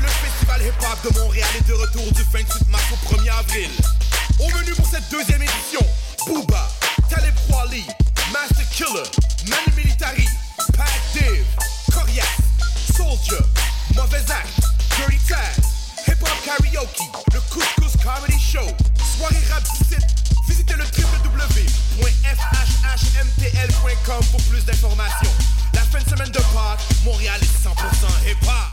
festival hip-hop de Montréal est de retour du 28 mars au 1er avril. Au menu pour cette deuxième édition, Booba, Talib Kweli, Master Killer, Manu Militari, Pat Div, Corias, Soldier, Mauvais Act, Dirty Taz, Hip Hop Karaoke, le Couscous Comedy Show, Soirée Rap 17, visitez le www.fhhmtl.com pour plus d'informations. La fin de semaine de Pâques, Montréal est 100% hip-hop.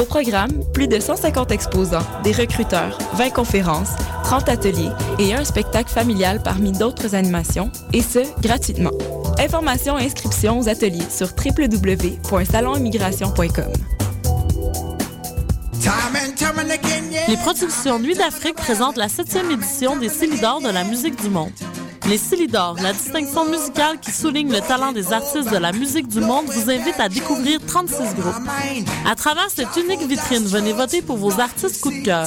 Au programme, plus de 150 exposants, des recruteurs, 20 conférences, 30 ateliers et un spectacle familial parmi d'autres animations, et ce, gratuitement. Informations et inscriptions aux ateliers sur www.salonimmigration.com. Les productions Nuit d'Afrique présentent la septième édition des Célidors de la musique du monde. Les Célidors, la distinction musicale qui souligne le talent des artistes de la musique du monde, vous invite à découvrir 36 groupes. À travers cette unique vitrine, venez voter pour vos artistes coup de cœur.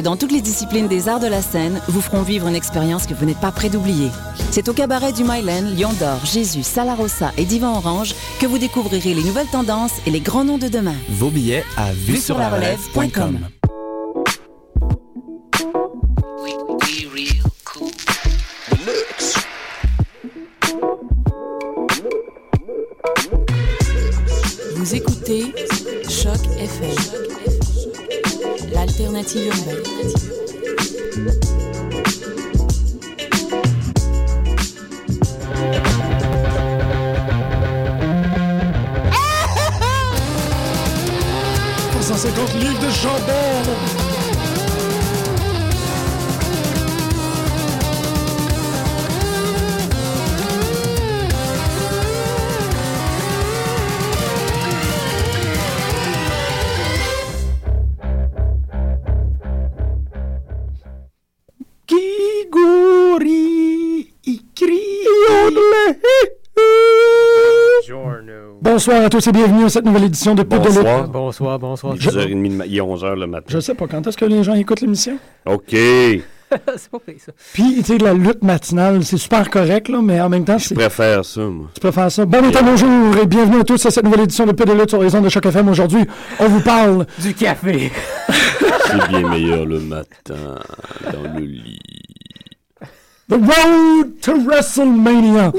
dans toutes les disciplines des arts de la scène vous feront vivre une expérience que vous n'êtes pas près d'oublier. C'est au cabaret du Mylen, Lion d'Or, Jésus, Salarossa et Divan Orange que vous découvrirez les nouvelles tendances et les grands noms de demain. Vos billets à vue sur la relève.com. Vous écoutez Choc FM, l'alternative urbaine. Pour 150 livres de chandelle. Gigori, Bonsoir à tous et bienvenue à cette nouvelle édition de Poudre de Bonsoir. lutte. Bonsoir, bonsoir. Il est 10h30 le ma- il est 11h le matin. Je sais pas quand est-ce que les gens écoutent l'émission. OK. Je c'est pas pire, ça. Puis, tu sais, la lutte matinale, c'est super correct, là, mais en même temps, c'est- préfère ça, moi. tu peux faire ça. Bon matin, bonjour et bienvenue à tous à cette nouvelle édition de Poudre de lutte sur les ondes de Choc FM. Aujourd'hui, on vous parle Du café. C'est bien meilleur le matin dans le lit. The Road to WrestleMania.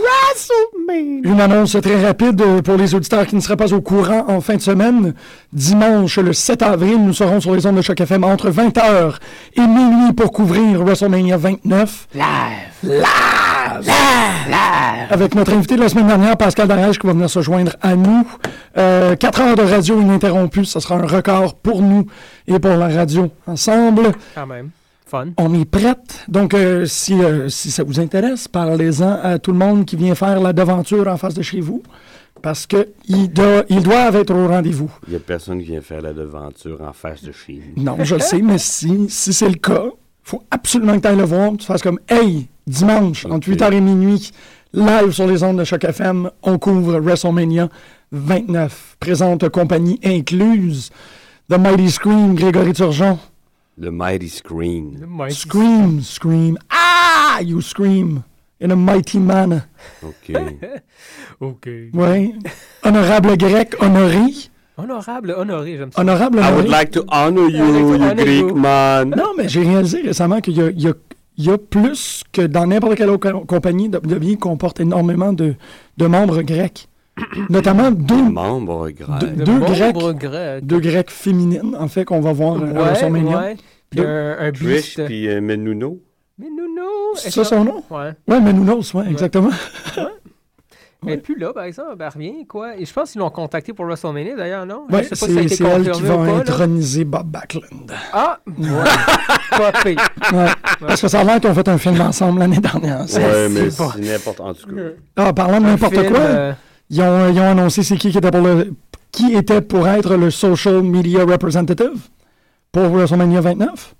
Une annonce très rapide euh, pour les auditeurs qui ne seraient pas au courant en fin de semaine. Dimanche, le 7 avril, nous serons sur les ondes de Choc FM entre 20h et minuit pour couvrir WrestleMania 29. Live! Live! Avec notre invité de la semaine dernière, Pascal Darèche, qui va venir se joindre à nous. Euh, 4 heures de radio ininterrompue, ce sera un record pour nous et pour la radio ensemble. Quand même. Fun. Mm-hmm. On est prête. Donc, euh, si, euh, si ça vous intéresse, parlez-en à tout le monde qui vient faire la devanture en face de chez vous. Parce qu'ils ils doivent être au rendez-vous. Il n'y a personne qui vient faire la devanture en face de chez nous. Non, je le sais, mais si, si c'est le cas, faut absolument que tu ailles le voir. que Tu fasses comme Hey, dimanche, entre Ok. 8h et minuit, live sur les ondes de Choc FM, on couvre WrestleMania 29. Présente compagnie incluse. The Mighty Scream, Grégory Turgeon. Le Mighty Screen. Mike. Scream, scream. Ah, you scream. In a mighty manner. OK. OK. Oui. Honorable grec, honoré. Honorable, honoré, j'aime ça. Honorable I would honoré. like to honor you, you Greek man. Non, mais j'ai réalisé récemment qu'il y a, il y a- il y a plus que dans n'importe quelle autre co- compagnie, WWE comporte énormément de, de membres grecs. Notamment deux, Membre grec. deux, Le deux membre grecs, grec. deux grecs féminines, en fait, qu'on va voir euh, à Ouais, WrestleMania. ouais. Puis Deux. un, un Trish beast. puis euh, Menuno. Mais non, non. C'est est-ce ça son que- nom? Ouais. Ouais, Menounos, ouais, exactement. Elle est plus là, par exemple. Elle revient, quoi. Et je pense qu'ils l'ont contacté pour WrestleMania, d'ailleurs, non? Ouais, je sais pas si ça a c'est été c'est elle qui confirmé ou va pas, là. introniser Bob Backlund. Ah! Ouais. pas pire. Ouais. Parce que ça a l'air qu'ils ont fait un film ensemble l'année dernière. ça. Ouais, mais c'est n'importe En tout cas, Ah, parlant de Un n'importe film, quoi, euh, ils, ont, ils ont annoncé c'est qui qui était pour le- qui était pour être le social media representative pour WrestleMania 29.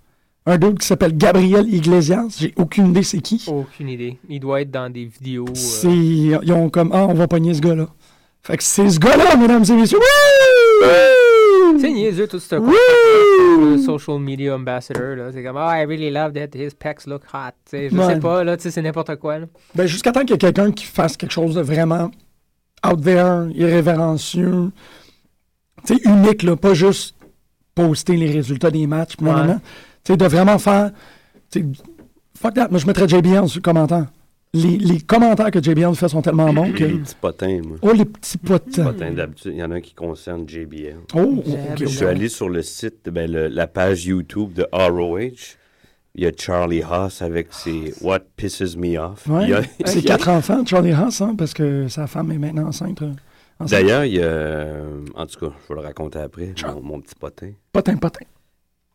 Un dude qui s'appelle Gabriel Iglesias. J'ai aucune idée c'est qui. Aucune idée. Il doit être dans des vidéos. euh, C'est- Ils ont comme Ah, on va pogner ce gars-là. Fait que c'est ce gars-là, mesdames et messieurs. Wouh! C'est niaiseux, tout ce Wouh! le social media ambassador, là. C'est comme, oh, I really love that his pecs look hot. Tu sais, je Ouais. sais pas, là, tu sais, c'est n'importe quoi, là. Ben, jusqu'à temps qu'il y ait quelqu'un qui fasse quelque chose de vraiment out there, irrévérencieux, tu sais, unique, là, pas juste poster les résultats des matchs, puis non, non, Ouais. non. Tu sais, de vraiment faire. tu sais, fuck that, moi je mettrais JBL sur le commentaire. Les, les commentaires que JBL fait sont tellement bons j'ai des que. petits potins, moi. Oh, les petits potes. Potins d'habitude. Il y en a un qui concerne JBL. Oh, ok. Je suis allé sur le site, ben, le- la page YouTube de ROH. Il y a Charlie Haas avec ses What Pisses Me Off. Il y a- Ouais. C'est quatre enfants, Charlie Haas, hein, parce que sa femme est maintenant enceinte. euh, enceinte. D'ailleurs, il y a. euh, En tout cas, je vais le raconter après, mon, mon petit potin. Potin, potin.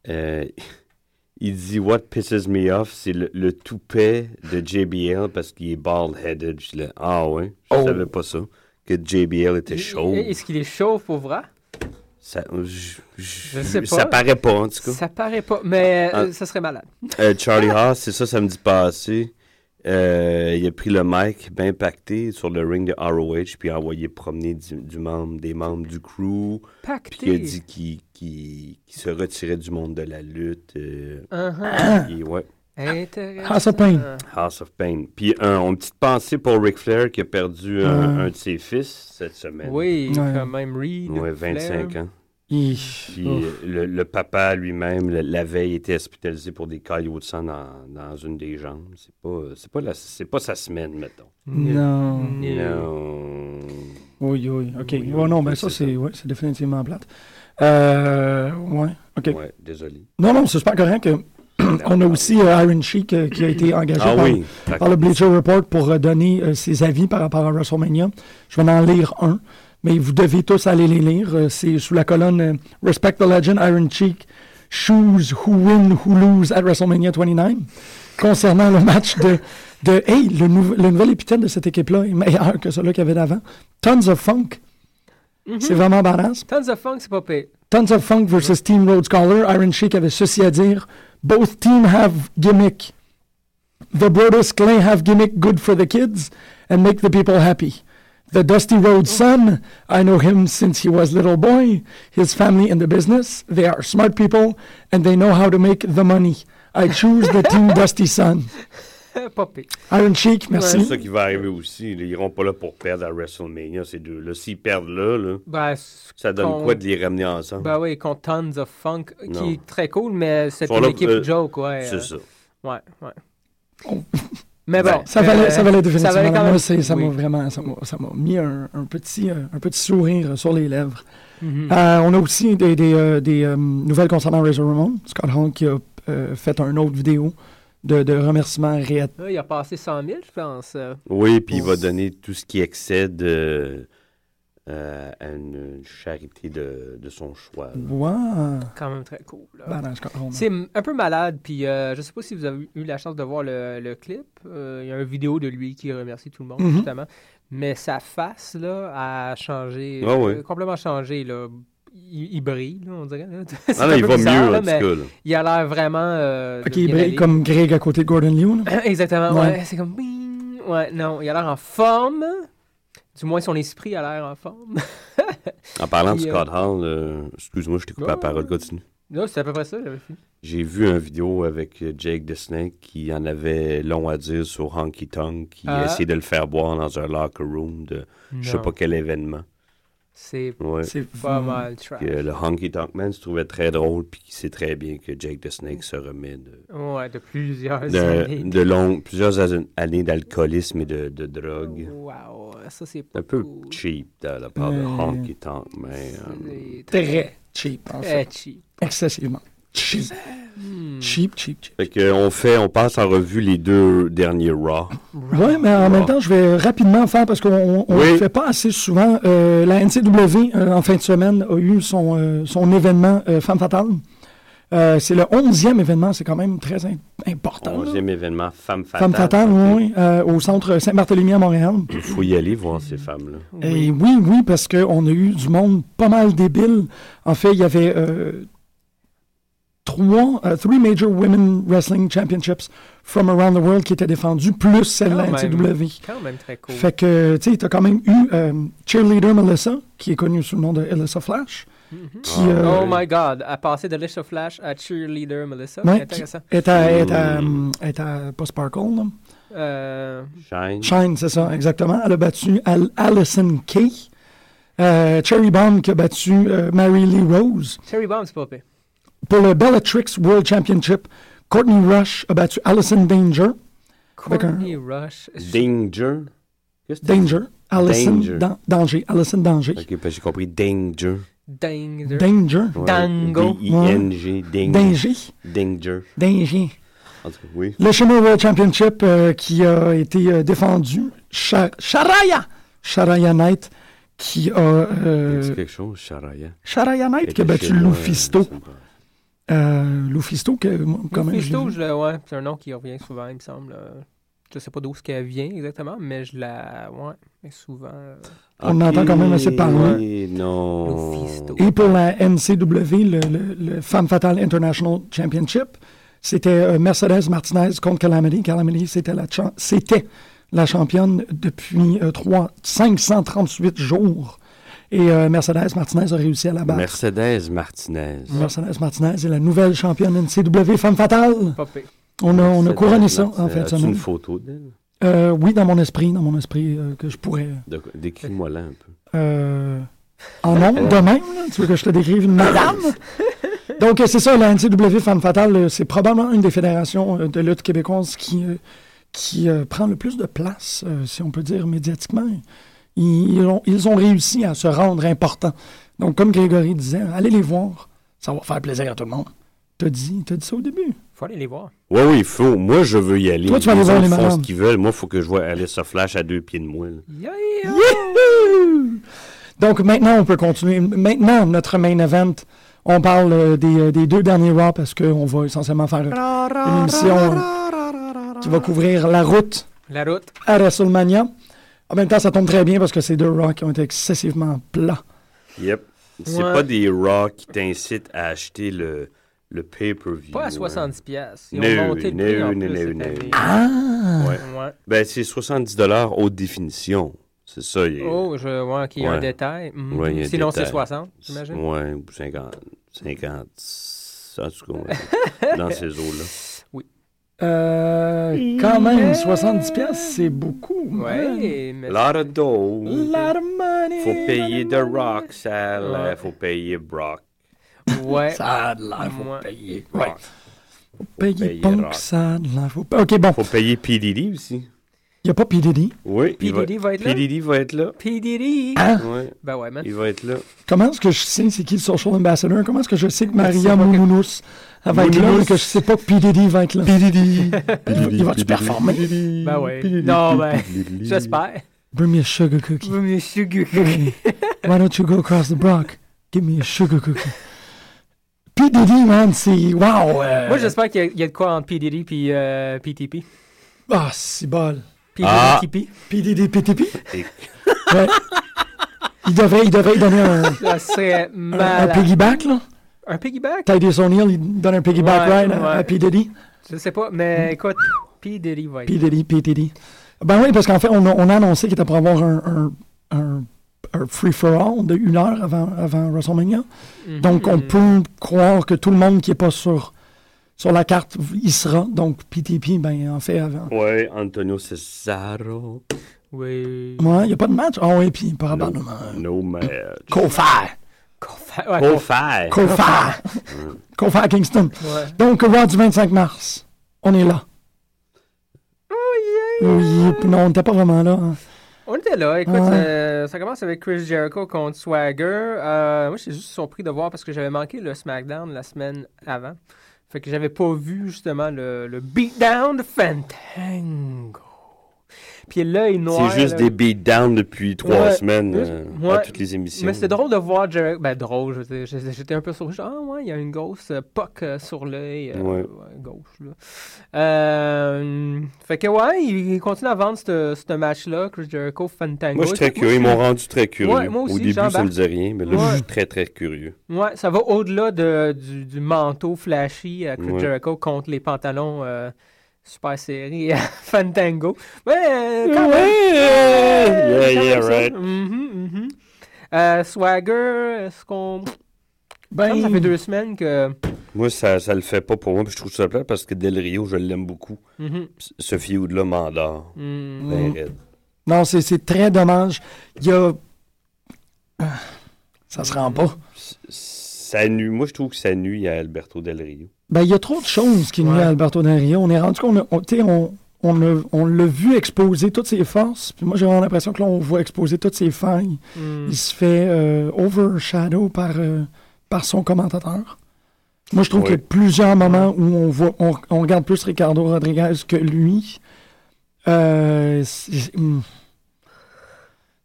Euh, il dit What pisses me off, c'est le, le toupet de JBL parce qu'il est bald-headed. Je suis là, ah ouais, je savais pas ça. Que JBL était chaud. Oh. Et- Est-ce qu'il est chaud pour vrai? Ça, je- je- Je sais ça pas. paraît pas, en tout cas. Ça paraît pas, mais euh, Ah. ça serait malade. Ah. Euh, Charlie Haas, c'est ça samedi passé. Euh, il a pris le mic bien pacté sur le ring de ROH, puis a envoyé promener du, du membre, des membres du crew, puis il a Pacté. dit qu'il qu'il- qu'il se retirait du monde de la lutte. euh, Uh-huh. et ouais. Intéressant. Haas of Pain. House of Pain. Puis un, une petite pensée pour Ric Flair qui a perdu un, un de ses fils cette semaine. Uh-huh. Oui, Ouais. quand même, Reed. Ouais, Flair. 25 ans. Il- Puis oh, euh, le, le papa lui-même, le- la veille, était hospitalisé pour des caillots de sang dans, dans une des jambes. C'est pas, c'est pas, la- c'est pas sa semaine, mettons. euh, Non. Mm. Non. Oui, oui, OK. Oui, Ouais, non, oui, ben c'est ça, ça. c'est ouais, c'est définitivement plate. Euh, ouais, OK. Ouais, désolé. Non, non, c'est super correct. que- On a aussi euh, Iron Sheik euh, qui a été engagé Ah par, oui. par le Bleacher Report pour euh, donner euh, ses avis par rapport à WrestleMania. Je vais en lire un, mais vous devez tous aller les lire. Euh, c'est sous la colonne euh, Respect the Legend, Iron Sheik, Choose Who Win, Who Lose at WrestleMania 29. Concernant le match de, de hey, le, nou- le nouvel épithète de cette équipe-là est meilleur que celui qu'il y avait d'avant. Tons of Funk. Mm-hmm. C'est vraiment badass. Tons of Funk, c'est pas pire. Tons of Funk versus Team Road Scholar. Iron Sheik avait ceci à dire. Both team have gimmick. The Brodus Clay have gimmick good for the kids and make the people happy. The Dusty Road son, I know him since he was little boy. His family in the business. They are smart people and they know how to make the money. I choose the team Dusty son. Pas pire. Iron Sheik, merci. C'est ça qui va arriver aussi. là. Ils iront pas là pour perdre à WrestleMania, ces deux-là. S'ils perdent là, là, Ben, c- ça donne qu'on- quoi de les ramener ensemble? Ben oui, contre Tons of Funk, Non. qui est très cool, mais c'est Sur une le- équipe euh, joke, ouais. euh, C'est ça. Ouais, ouais. Oh. Mais bon. Ça valait, euh, ça valait ça valait définitivement. quand Moi, même- c'est- ça m'a oui. vraiment, ça m'a- ça m'a mis un, un petit, euh, un petit sourire sur les lèvres. Mhm. Euh, on a aussi des, des, euh, des, euh, nouvelles concernant Razor Ramon. Scott Hall qui a euh, fait un autre vidéo de, de remerciements réa- Là, il a passé 100 000, je pense. euh. Oui, puis il va donner tout ce qui excède euh, euh, à une, une charité de, de son choix. là. Wow. Quand même très cool. là. Ben, non, Scott Hall, non. C'est m- un peu malade, puis euh, je sais pas si vous avez eu la chance de voir le, le clip. Euh, Il y a une vidéo de lui qui remercie tout le monde, Mhm. justement. Mais sa face, là, a changé. Ah ouais. euh, complètement changé, là. Il, il brille, là, on dirait. là. C'est Ah non, un il peu va bizarre, mieux, là, en tout mais cas. là. il a l'air vraiment... euh, de Ok, il bien brille aller. comme Greg à côté de Gordon Liu. là. Exactement, Ah, ouais. Ouais. Euh, C'est comme... bing. Ouais, non, il a l'air en forme. Du moins, son esprit a l'air en forme. En parlant de Puis, euh, Scott Hall, euh, excuse-moi, je t'ai coupé Ouais, la parole, continue. Là, c'est à peu près ça, j'avais fini. J'ai vu un vidéo avec euh, Jake the Snake qui en avait long à dire sur Honky Tonk, qui Ah. essayait de le faire boire dans un locker room de je sais Non. pas quel événement. C'est Ouais. C'est pas mal trash. Que le Honky Tonk Man se trouvait très drôle, puis qu'il sait très bien que Jake the Snake se remet de, Ouais, de plusieurs années. de, de longues, plusieurs a- années d'alcoolisme et de, de drogue. Oh. Wow, ça c'est pas Un peu cool. cheap de la part de Euh. Honky Tonk Man. C'est très cheap, en fait. Euh. très cheap. Excessivement. Cheap. Cheap, cheap, cheap. Fait que on fait, on passe en revue les deux derniers Raw. Oui, mais en même temps, je vais rapidement faire, parce qu'on ne Oui. le fait pas assez souvent, Euh, la NCW, euh, en fin de semaine, a eu son, euh, son événement euh, Femme Fatale. Euh, c'est le onzième événement, c'est quand même très im- important. là. Onzième événement, Femme Fatale. Femme Fatale, oui, euh, au centre Saint-Barthélemy à Montréal. Il faut y aller voir ces femmes-là. Et oui, oui, parce qu'on a eu du monde pas mal débile. En fait, il y avait euh, trois, euh, three major women wrestling championships from around the world qui étaient défendues, plus celle de la Quand même, NCW. quand même très cool. Fait que, tu sais, t'as quand même eu euh, Cheerleader Melissa, qui est connue sous le nom de Elissa Flash, qui, euh, Oh my god, à passer de Alicia Flash à cheerleader Melissa. ouais, qui Intéressant. est à, est à, hum, est à- pas Sparkle, là. Euh, Shine. Shine, c'est ça, exactement. Elle a battu Al- Allison Kay. Euh, Cherry Bomb qui a battu euh, Mary Lee Rose. Cherry Bomb, c'est pas pire. Pour le Bellatrix World Championship, Courtney Rush a battu Allison Danger. Avec un- Courtney Rush. Danger. Qu'est-ce que t'as dit? Danger. Allison Danger. Dan- Danger. Allison Danger. Ok, parce que j'ai compris Danger. Danger. Danger. Ouais, Dango. D-I-N-G. Danger. Danger. Danger. Danger. En tout cas, oui. Le Shimmer World Championship euh, qui a été euh, défendu. Sha- Sharaya! Sharaya Knight qui a. Il euh, dit quelque chose, Charaya. Sharaya Knight qui a battu Lou Fisto. Euh, Lou Fisto, que, moi, quand même. Fisto, j'ai- je le- ouais, c'est un nom qui revient souvent, il me semble. euh, Je sais pas d'où ce qu'elle vient exactement, mais je la. Ouais, mais souvent. euh, On entend quand même assez parler. parler. Non. Lufisto. Et pour la NCW, le, le- le Femme Fatale International Championship, c'était euh, Mercedes Martinez contre Calamity. Calamity, c'était la, cha- c'était la championne depuis euh, trois- 538 jours. Et euh, Mercedes Martinez a réussi à la battre. Mercedes Martinez. Mercedes Martinez est la nouvelle championne NCW Femme Fatale. Pas pire. On a, on a Mercedes couronné ça Martinez. en fin de As-tu semaine. une photo d'elle? Euh, oui, dans mon esprit, dans mon esprit, euh, que je pourrais De- Décris-moi là un peu. euh, en nombre de même. là. Tu veux que je te décrive une madame? Donc, euh, c'est ça, la NCW Femme Fatale, euh, c'est probablement une des fédérations euh, de lutte québécoise qui, euh, qui euh, prend le plus de place, euh, si on peut dire, médiatiquement. Ils, ils ont, ils ont réussi à se rendre importants. Donc, comme Grégory disait, allez les voir, ça va faire plaisir à tout le monde. T'as dit, t'as dit ça au début. Faut aller les voir. Oui, oui, il faut. Moi, je veux y aller. Toi, tu vas aller voir autres les font malades. ce qu'ils veulent. Moi, il faut que je vois Alice Flash à deux pieds de moi. là. Yeah! Youhou! Donc maintenant, on peut continuer. Maintenant, notre main event, on parle euh, des, euh, des deux derniers Raw parce qu'on va essentiellement faire une émission euh, qui va couvrir la route La route. à WrestleMania. En même temps, ça tombe très bien parce que ces deux Raw qui ont été excessivement plats. Yep. C'est Ouais. pas des Raw qui t'incitent à acheter le, le pay-per-view. Pas à hein. 70$. pièces. Ils Non, ont monté le non, prix en non, plus non, cette non. année. Ah! Ouais. Ouais. Ben, c'est 70 haute définition. C'est ça. il est- Oh, je vois qu'il y a Ouais. un détail. Mhm. Ouais, il y a un Sinon, c'est détail. 60, j'imagine. Ouais, ou 50. 50. En tout cas, ouais. dans ces eaux-là. Euh, quand même, 70$, piastres, c'est beaucoup. man. Ouais, mais Lot of dough. Lot of money. Faut payer The Rock, ça. là, Ouais. Faut payer Brock. ouais. Ça a de l'air, faut Ouais. payer. Rock. Payer payer punk, Rock. ça a de l'air, faut- Ok, bon, Faut payer P. Diddy aussi. il n'y a pas P. Diddy. Oui. P. Diddy va être là? P. Diddy va être là. PDD. Hein? Ouais, Ben ouais, man. il va être là. Comment est-ce que je sais c'est qui le social ambassador? Comment est-ce que Ben, je sais que Maria Mounounos elle va être là, Mounounos. mais que je sais pas que PDD va être là? PDD! Il va-tu performer? Ben ouais. Non, ben, j'espère. Bring me a sugar cookie. Premier sugar. Why don't you go across the Bronx? Give me a sugar cookie. PDD, man, c'est... Wow! euh, Moi, j'espère qu'il y a- il y, a de quoi entre PDD puis euh, PTP. Ah, c'est bol. PDD, Ah. TP. PDD, PTP? Et- Ouais. Il devrait, il devrait donner un, un- Ça serait un malade. piggyback, là. Un piggyback? Titus O'Neill, il donne un piggyback Ouais, ride à- à ouais. PDD. Je sais pas, mais écoute, P. Diddy va être P. Diddy, P. Diddy. Ben oui, parce qu'en fait, on a, on a annoncé qu'il était pour avoir un, un- un- un free-for-all de une heure avant, avant WrestleMania. Mhm. Donc, on peut croire que tout le monde qui n'est pas sur, sur la carte y sera. Donc, PTP, ben en fait, avant. Ouais, Antonio Cesaro. Oui. Il n'y a pas de match. Ah oui, puis probablement. euh, No match. Kofi! Cofa- ouais, Faut Cofa- faire. Kofi! Kofi à Kingston. Ouais. Donc, Raw du 25 mars. On est là. Oh, Oui, puis non, on n'était pas vraiment là. hein. On était là, écoute, Ouais. euh, ça commence avec Chris Jericho contre Swagger. Euh, moi, j'étais juste surpris de voir parce que j'avais manqué le SmackDown la semaine avant. Fait que j'avais pas vu justement le, le beatdown de Fantango. Puis l'œil noir. C'est juste là. des beatdowns depuis trois Ouais. semaines Juste- euh, à ouais. toutes les émissions. Mais c'était drôle de voir Jerry. Ben, drôle, je veux dire, j'étais- J'étais un peu surpris. Genre, Ah, ouais, il y a une grosse euh, poque euh, sur l'œil euh, Ouais. ouais, gauche. Là. Euh, fait que, ouais, il, il continue à vendre ce ce match-là, Chris Jericho, Fantango. Moi, je suis très Écoute, curieux. je- Ils m'ont rendu très curieux. Ouais, moi aussi, Au début, ça j'embarque. ne me disait rien, mais là, Ouais. je suis très, très curieux. Ouais, ça va au-delà de, du, du manteau flashy à Chris Ouais. Jericho contre les pantalons euh, super serrés à Fantango. Mais euh, quand même. Ouais, euh, yeah, quand yeah, même ça. right. Mm-hmm, Mhm, mhm. Euh, Swagger, est-ce qu'on. Ben, Ça fait deux semaines que. Moi, ça, ça le fait pas pour moi, puis je trouve ça plat parce que Del Rio, je l'aime beaucoup. Mhm, C- Ce feud-là m'endort. mhm. Ben Mm. raide. Non, c'est- c'est très dommage. Il y a. Ah, Ça se rend pas. C- Ça nuit. Moi, je trouve que ça nuit à Alberto Del Rio. Ben, il y a trop de choses qui nuisent Ouais. à Alberto Del Rio. On est rendu qu'on a- on, tu sais, on, on a- on l'a vu exposer toutes ses forces. Puis moi, j'ai vraiment l'impression que là, on voit exposer toutes ses failles. Mm. Il se fait euh, overshadow par, euh, par son commentateur. Moi, je trouve Ouais. qu'il y a plusieurs moments où on, voit, on, on regarde plus Ricardo Rodriguez que lui. Euh, c'est- hmm.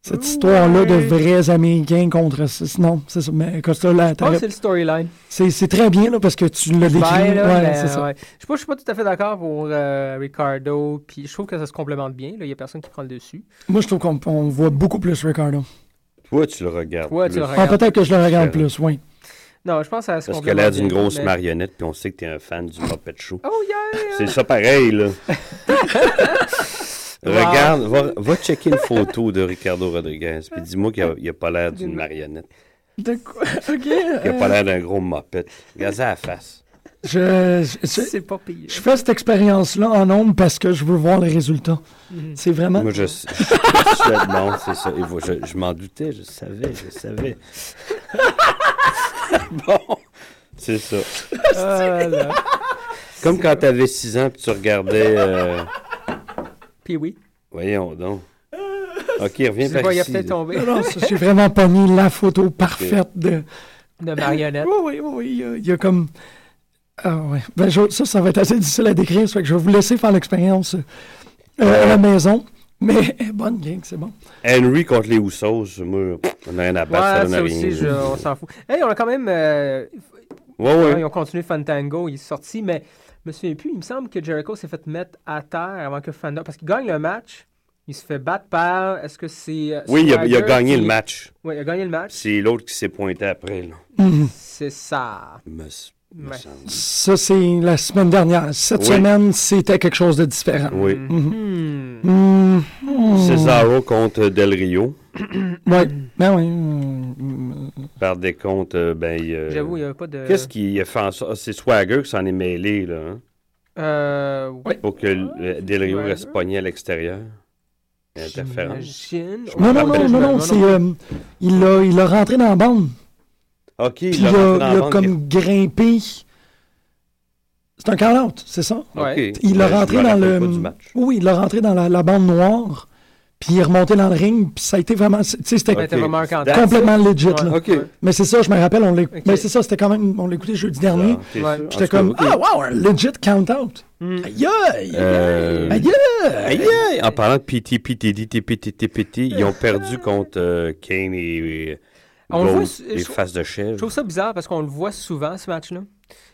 cette histoire-là de Ouais. vrais Américains contre... Non, c'est ça. Mais Costa, là, Je t'as- pense que Ah, c'est le storyline. c'est c'est très bien là, parce que tu l'as décrit. Ben, là, ouais, ben, c'est ça. ouais. Je sais pas, je suis pas tout à fait d'accord pour euh, Ricardo. Puis je trouve que ça se complémente bien. là. Il y a personne qui prend le dessus. Moi, je trouve qu'on on voit beaucoup plus Ricardo. Toi, tu le regardes. Toi, plus. tu le regardes. Ah, Peut-être que je le regarde Euh, plus, oui. Non, je pense que ça se Parce complémente. qu'elle a l'air d'une bien, grosse mais- marionnette, puis on sait que t'es un fan du Muppet Show. Oh, yeah! C'est ça pareil, là. Regarde, va, va checker une photo de Ricardo Rodriguez, puis dis-moi qu'il a- il a, pas l'air d'une marionnette. De quoi? OK. Il a pas l'air d'un gros Muppet. Regarde ça à la face. Je, je- je- C'est pas pire. je fais cette expérience-là en nombre parce que je veux voir les résultats. C'est Ah, vraiment... Moi, je, je, je- non, c'est ça. Et vous- je, je m'en doutais, je savais, je savais. bon, c'est ça. Ah, là. Comme quand t'avais 6 ans puis tu regardais. euh, Puis oui. Voyons donc. Ok, reviens Je par vois, il a ici. peut-être là. tombé Non, non, ça, j'ai vraiment pogné la photo parfaite de... de marionnette. Oui, oui, oui, oui, il y a- il y a comme... Ah ouais. Ben, je- ça, ça va être assez difficile à décrire, ça fait que je vais vous laisser faire l'expérience euh, à la maison. Mais bonne gang, c'est bon. Henry contre les Houssos, moi, on n'a rien à Ouais, battre, ça ça, donne rien. aussi, je- on s'en fout. Hey, on a quand même. euh, Ouais, Ils ouais. ont continué Fantango, il est sorti, mais je me souviens plus, il me semble que Jericho s'est fait mettre à terre avant que Fandango. Parce qu'il gagne le match, il se fait battre par. Est-ce que c'est. euh, Oui, il a, il a Swagger gagné qui- le match. Oui, il a gagné le match. C'est l'autre qui s'est pointé après, là. C'est ça. Me s- me Ouais. semble. Ça, c'est la semaine dernière. Cette Oui. semaine, c'était quelque chose de différent. Oui. Hmm. Hmm, Mhm. Cesaro contre Del Rio. ouais. Ben oui. hmm, Par des comptes, euh, ben. euh, J'avoue, il n'y avait pas de. Qu'est-ce qui a fait en sorte. C'est Swagger qui s'en est mêlé, là. hein, Euh, oui, pour que l- euh, Del Rio Swagger. reste pogné à l'extérieur. Interférence. j'imagine. Non, non, non, rappelle, non, je non, c'est. euh, il l'a il l'a rentré dans la bande. Ok, Puis il il a a, rentré dans il la a bande, comme grimpé. C'est un call-out, c'est ça? Ouais. Ok. Il l'a Ben, je me rentré dans rappelle le. pas du match. Oui, il l'a rentré dans la, la bande noire. Puis il est remonté dans le ring. Puis ça a été vraiment. Tu sais, c'était Ben, Ok. t'es vraiment That's- content. complètement legit, Ouais. là. Ok. Mais c'est ça, je me rappelle, on l'a. Ok. Mais c'est ça, c'était quand même. On l'a écouté jeudi dernier. Ah, t'es Ouais. sûr? En J'étais tout cas, comme, ok. ah, wow, un legit count-out. Aïe, aïe, Euh, aïe, aïe. Aïe, aïe. En parlant de PT, PT, PT, PT, PT, Euh. ils ont perdu contre euh, Kane et, et On le Gold, voit, je- les je- faces de Je chèvre. trouve ça bizarre parce qu'on le voit souvent, ce match-là.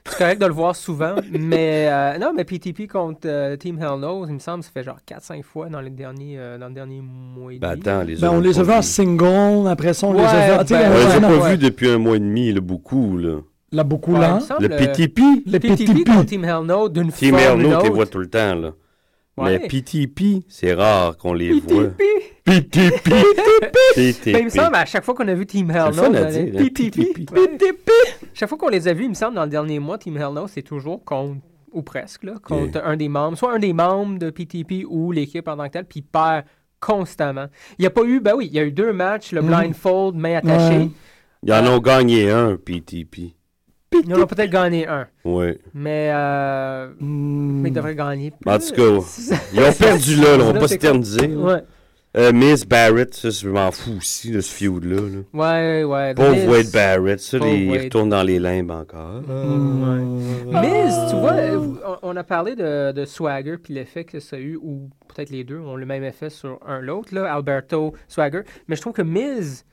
C'est correct de le voir souvent, mais euh, non, mais PTP contre euh, Team Hell Knows, il me semble, ça fait genre 4-5 fois dans, les derniers, euh, dans le dernier mois et Ben, demi. attends, les Ben, on autres les a ont vus en vu. single, après ça, on les a Ouais, vus en... tu sais, ben, On on les a vraiment- pas ouais. vus depuis un mois et demi, là, beaucoup, là. La beaucoup Ouais, il là. me semble, Le euh, PTP, Le petit PTP pipi. contre Team Hell No d'une Team forme ou d'une Erno, t'es autre. vois tout le temps, là. Ouais. Mais PTP, c'est rare qu'on les voit. PTP. PTP, PTP. Ben, il me semble, à chaque fois qu'on a vu Team Hell le No, fun à on allait- dire, hein, PTP. PTP. PTP. Chaque fois qu'on les a vus, il me semble, dans le dernier mois, Team Hell No, c'est toujours contre, ou presque, là, contre un des membres, soit un des membres de PTP ou l'équipe en tant que telle, puis il perd constamment. Il n'y a pas eu, ben oui, il y a eu deux matchs, le blindfold, main attachée. Ouais. Ils en Ah. ont gagné un, PTP. Ils en ont peut-être gagné un, Ouais. mais, euh, Ben, mais ils devraient gagner. En tout cas, ils ont perdu là, là, on va pas s'éterniser. là. Ouais. Euh, Miss Barrett, ça, je m'en fous aussi de ce feud-là. là. Ouais, ouais. Pauvre Miz. Wade Barrett, ça, Pauvre les- il Wade. Mm, retourne dans les limbes encore. Miz, tu vois, euh, on on a parlé de, de Swagger puis l'effet que ça a eu, ou peut-être les deux ont le même effet sur un l'autre, là, Alberto, Swagger. Mais je trouve que Miz,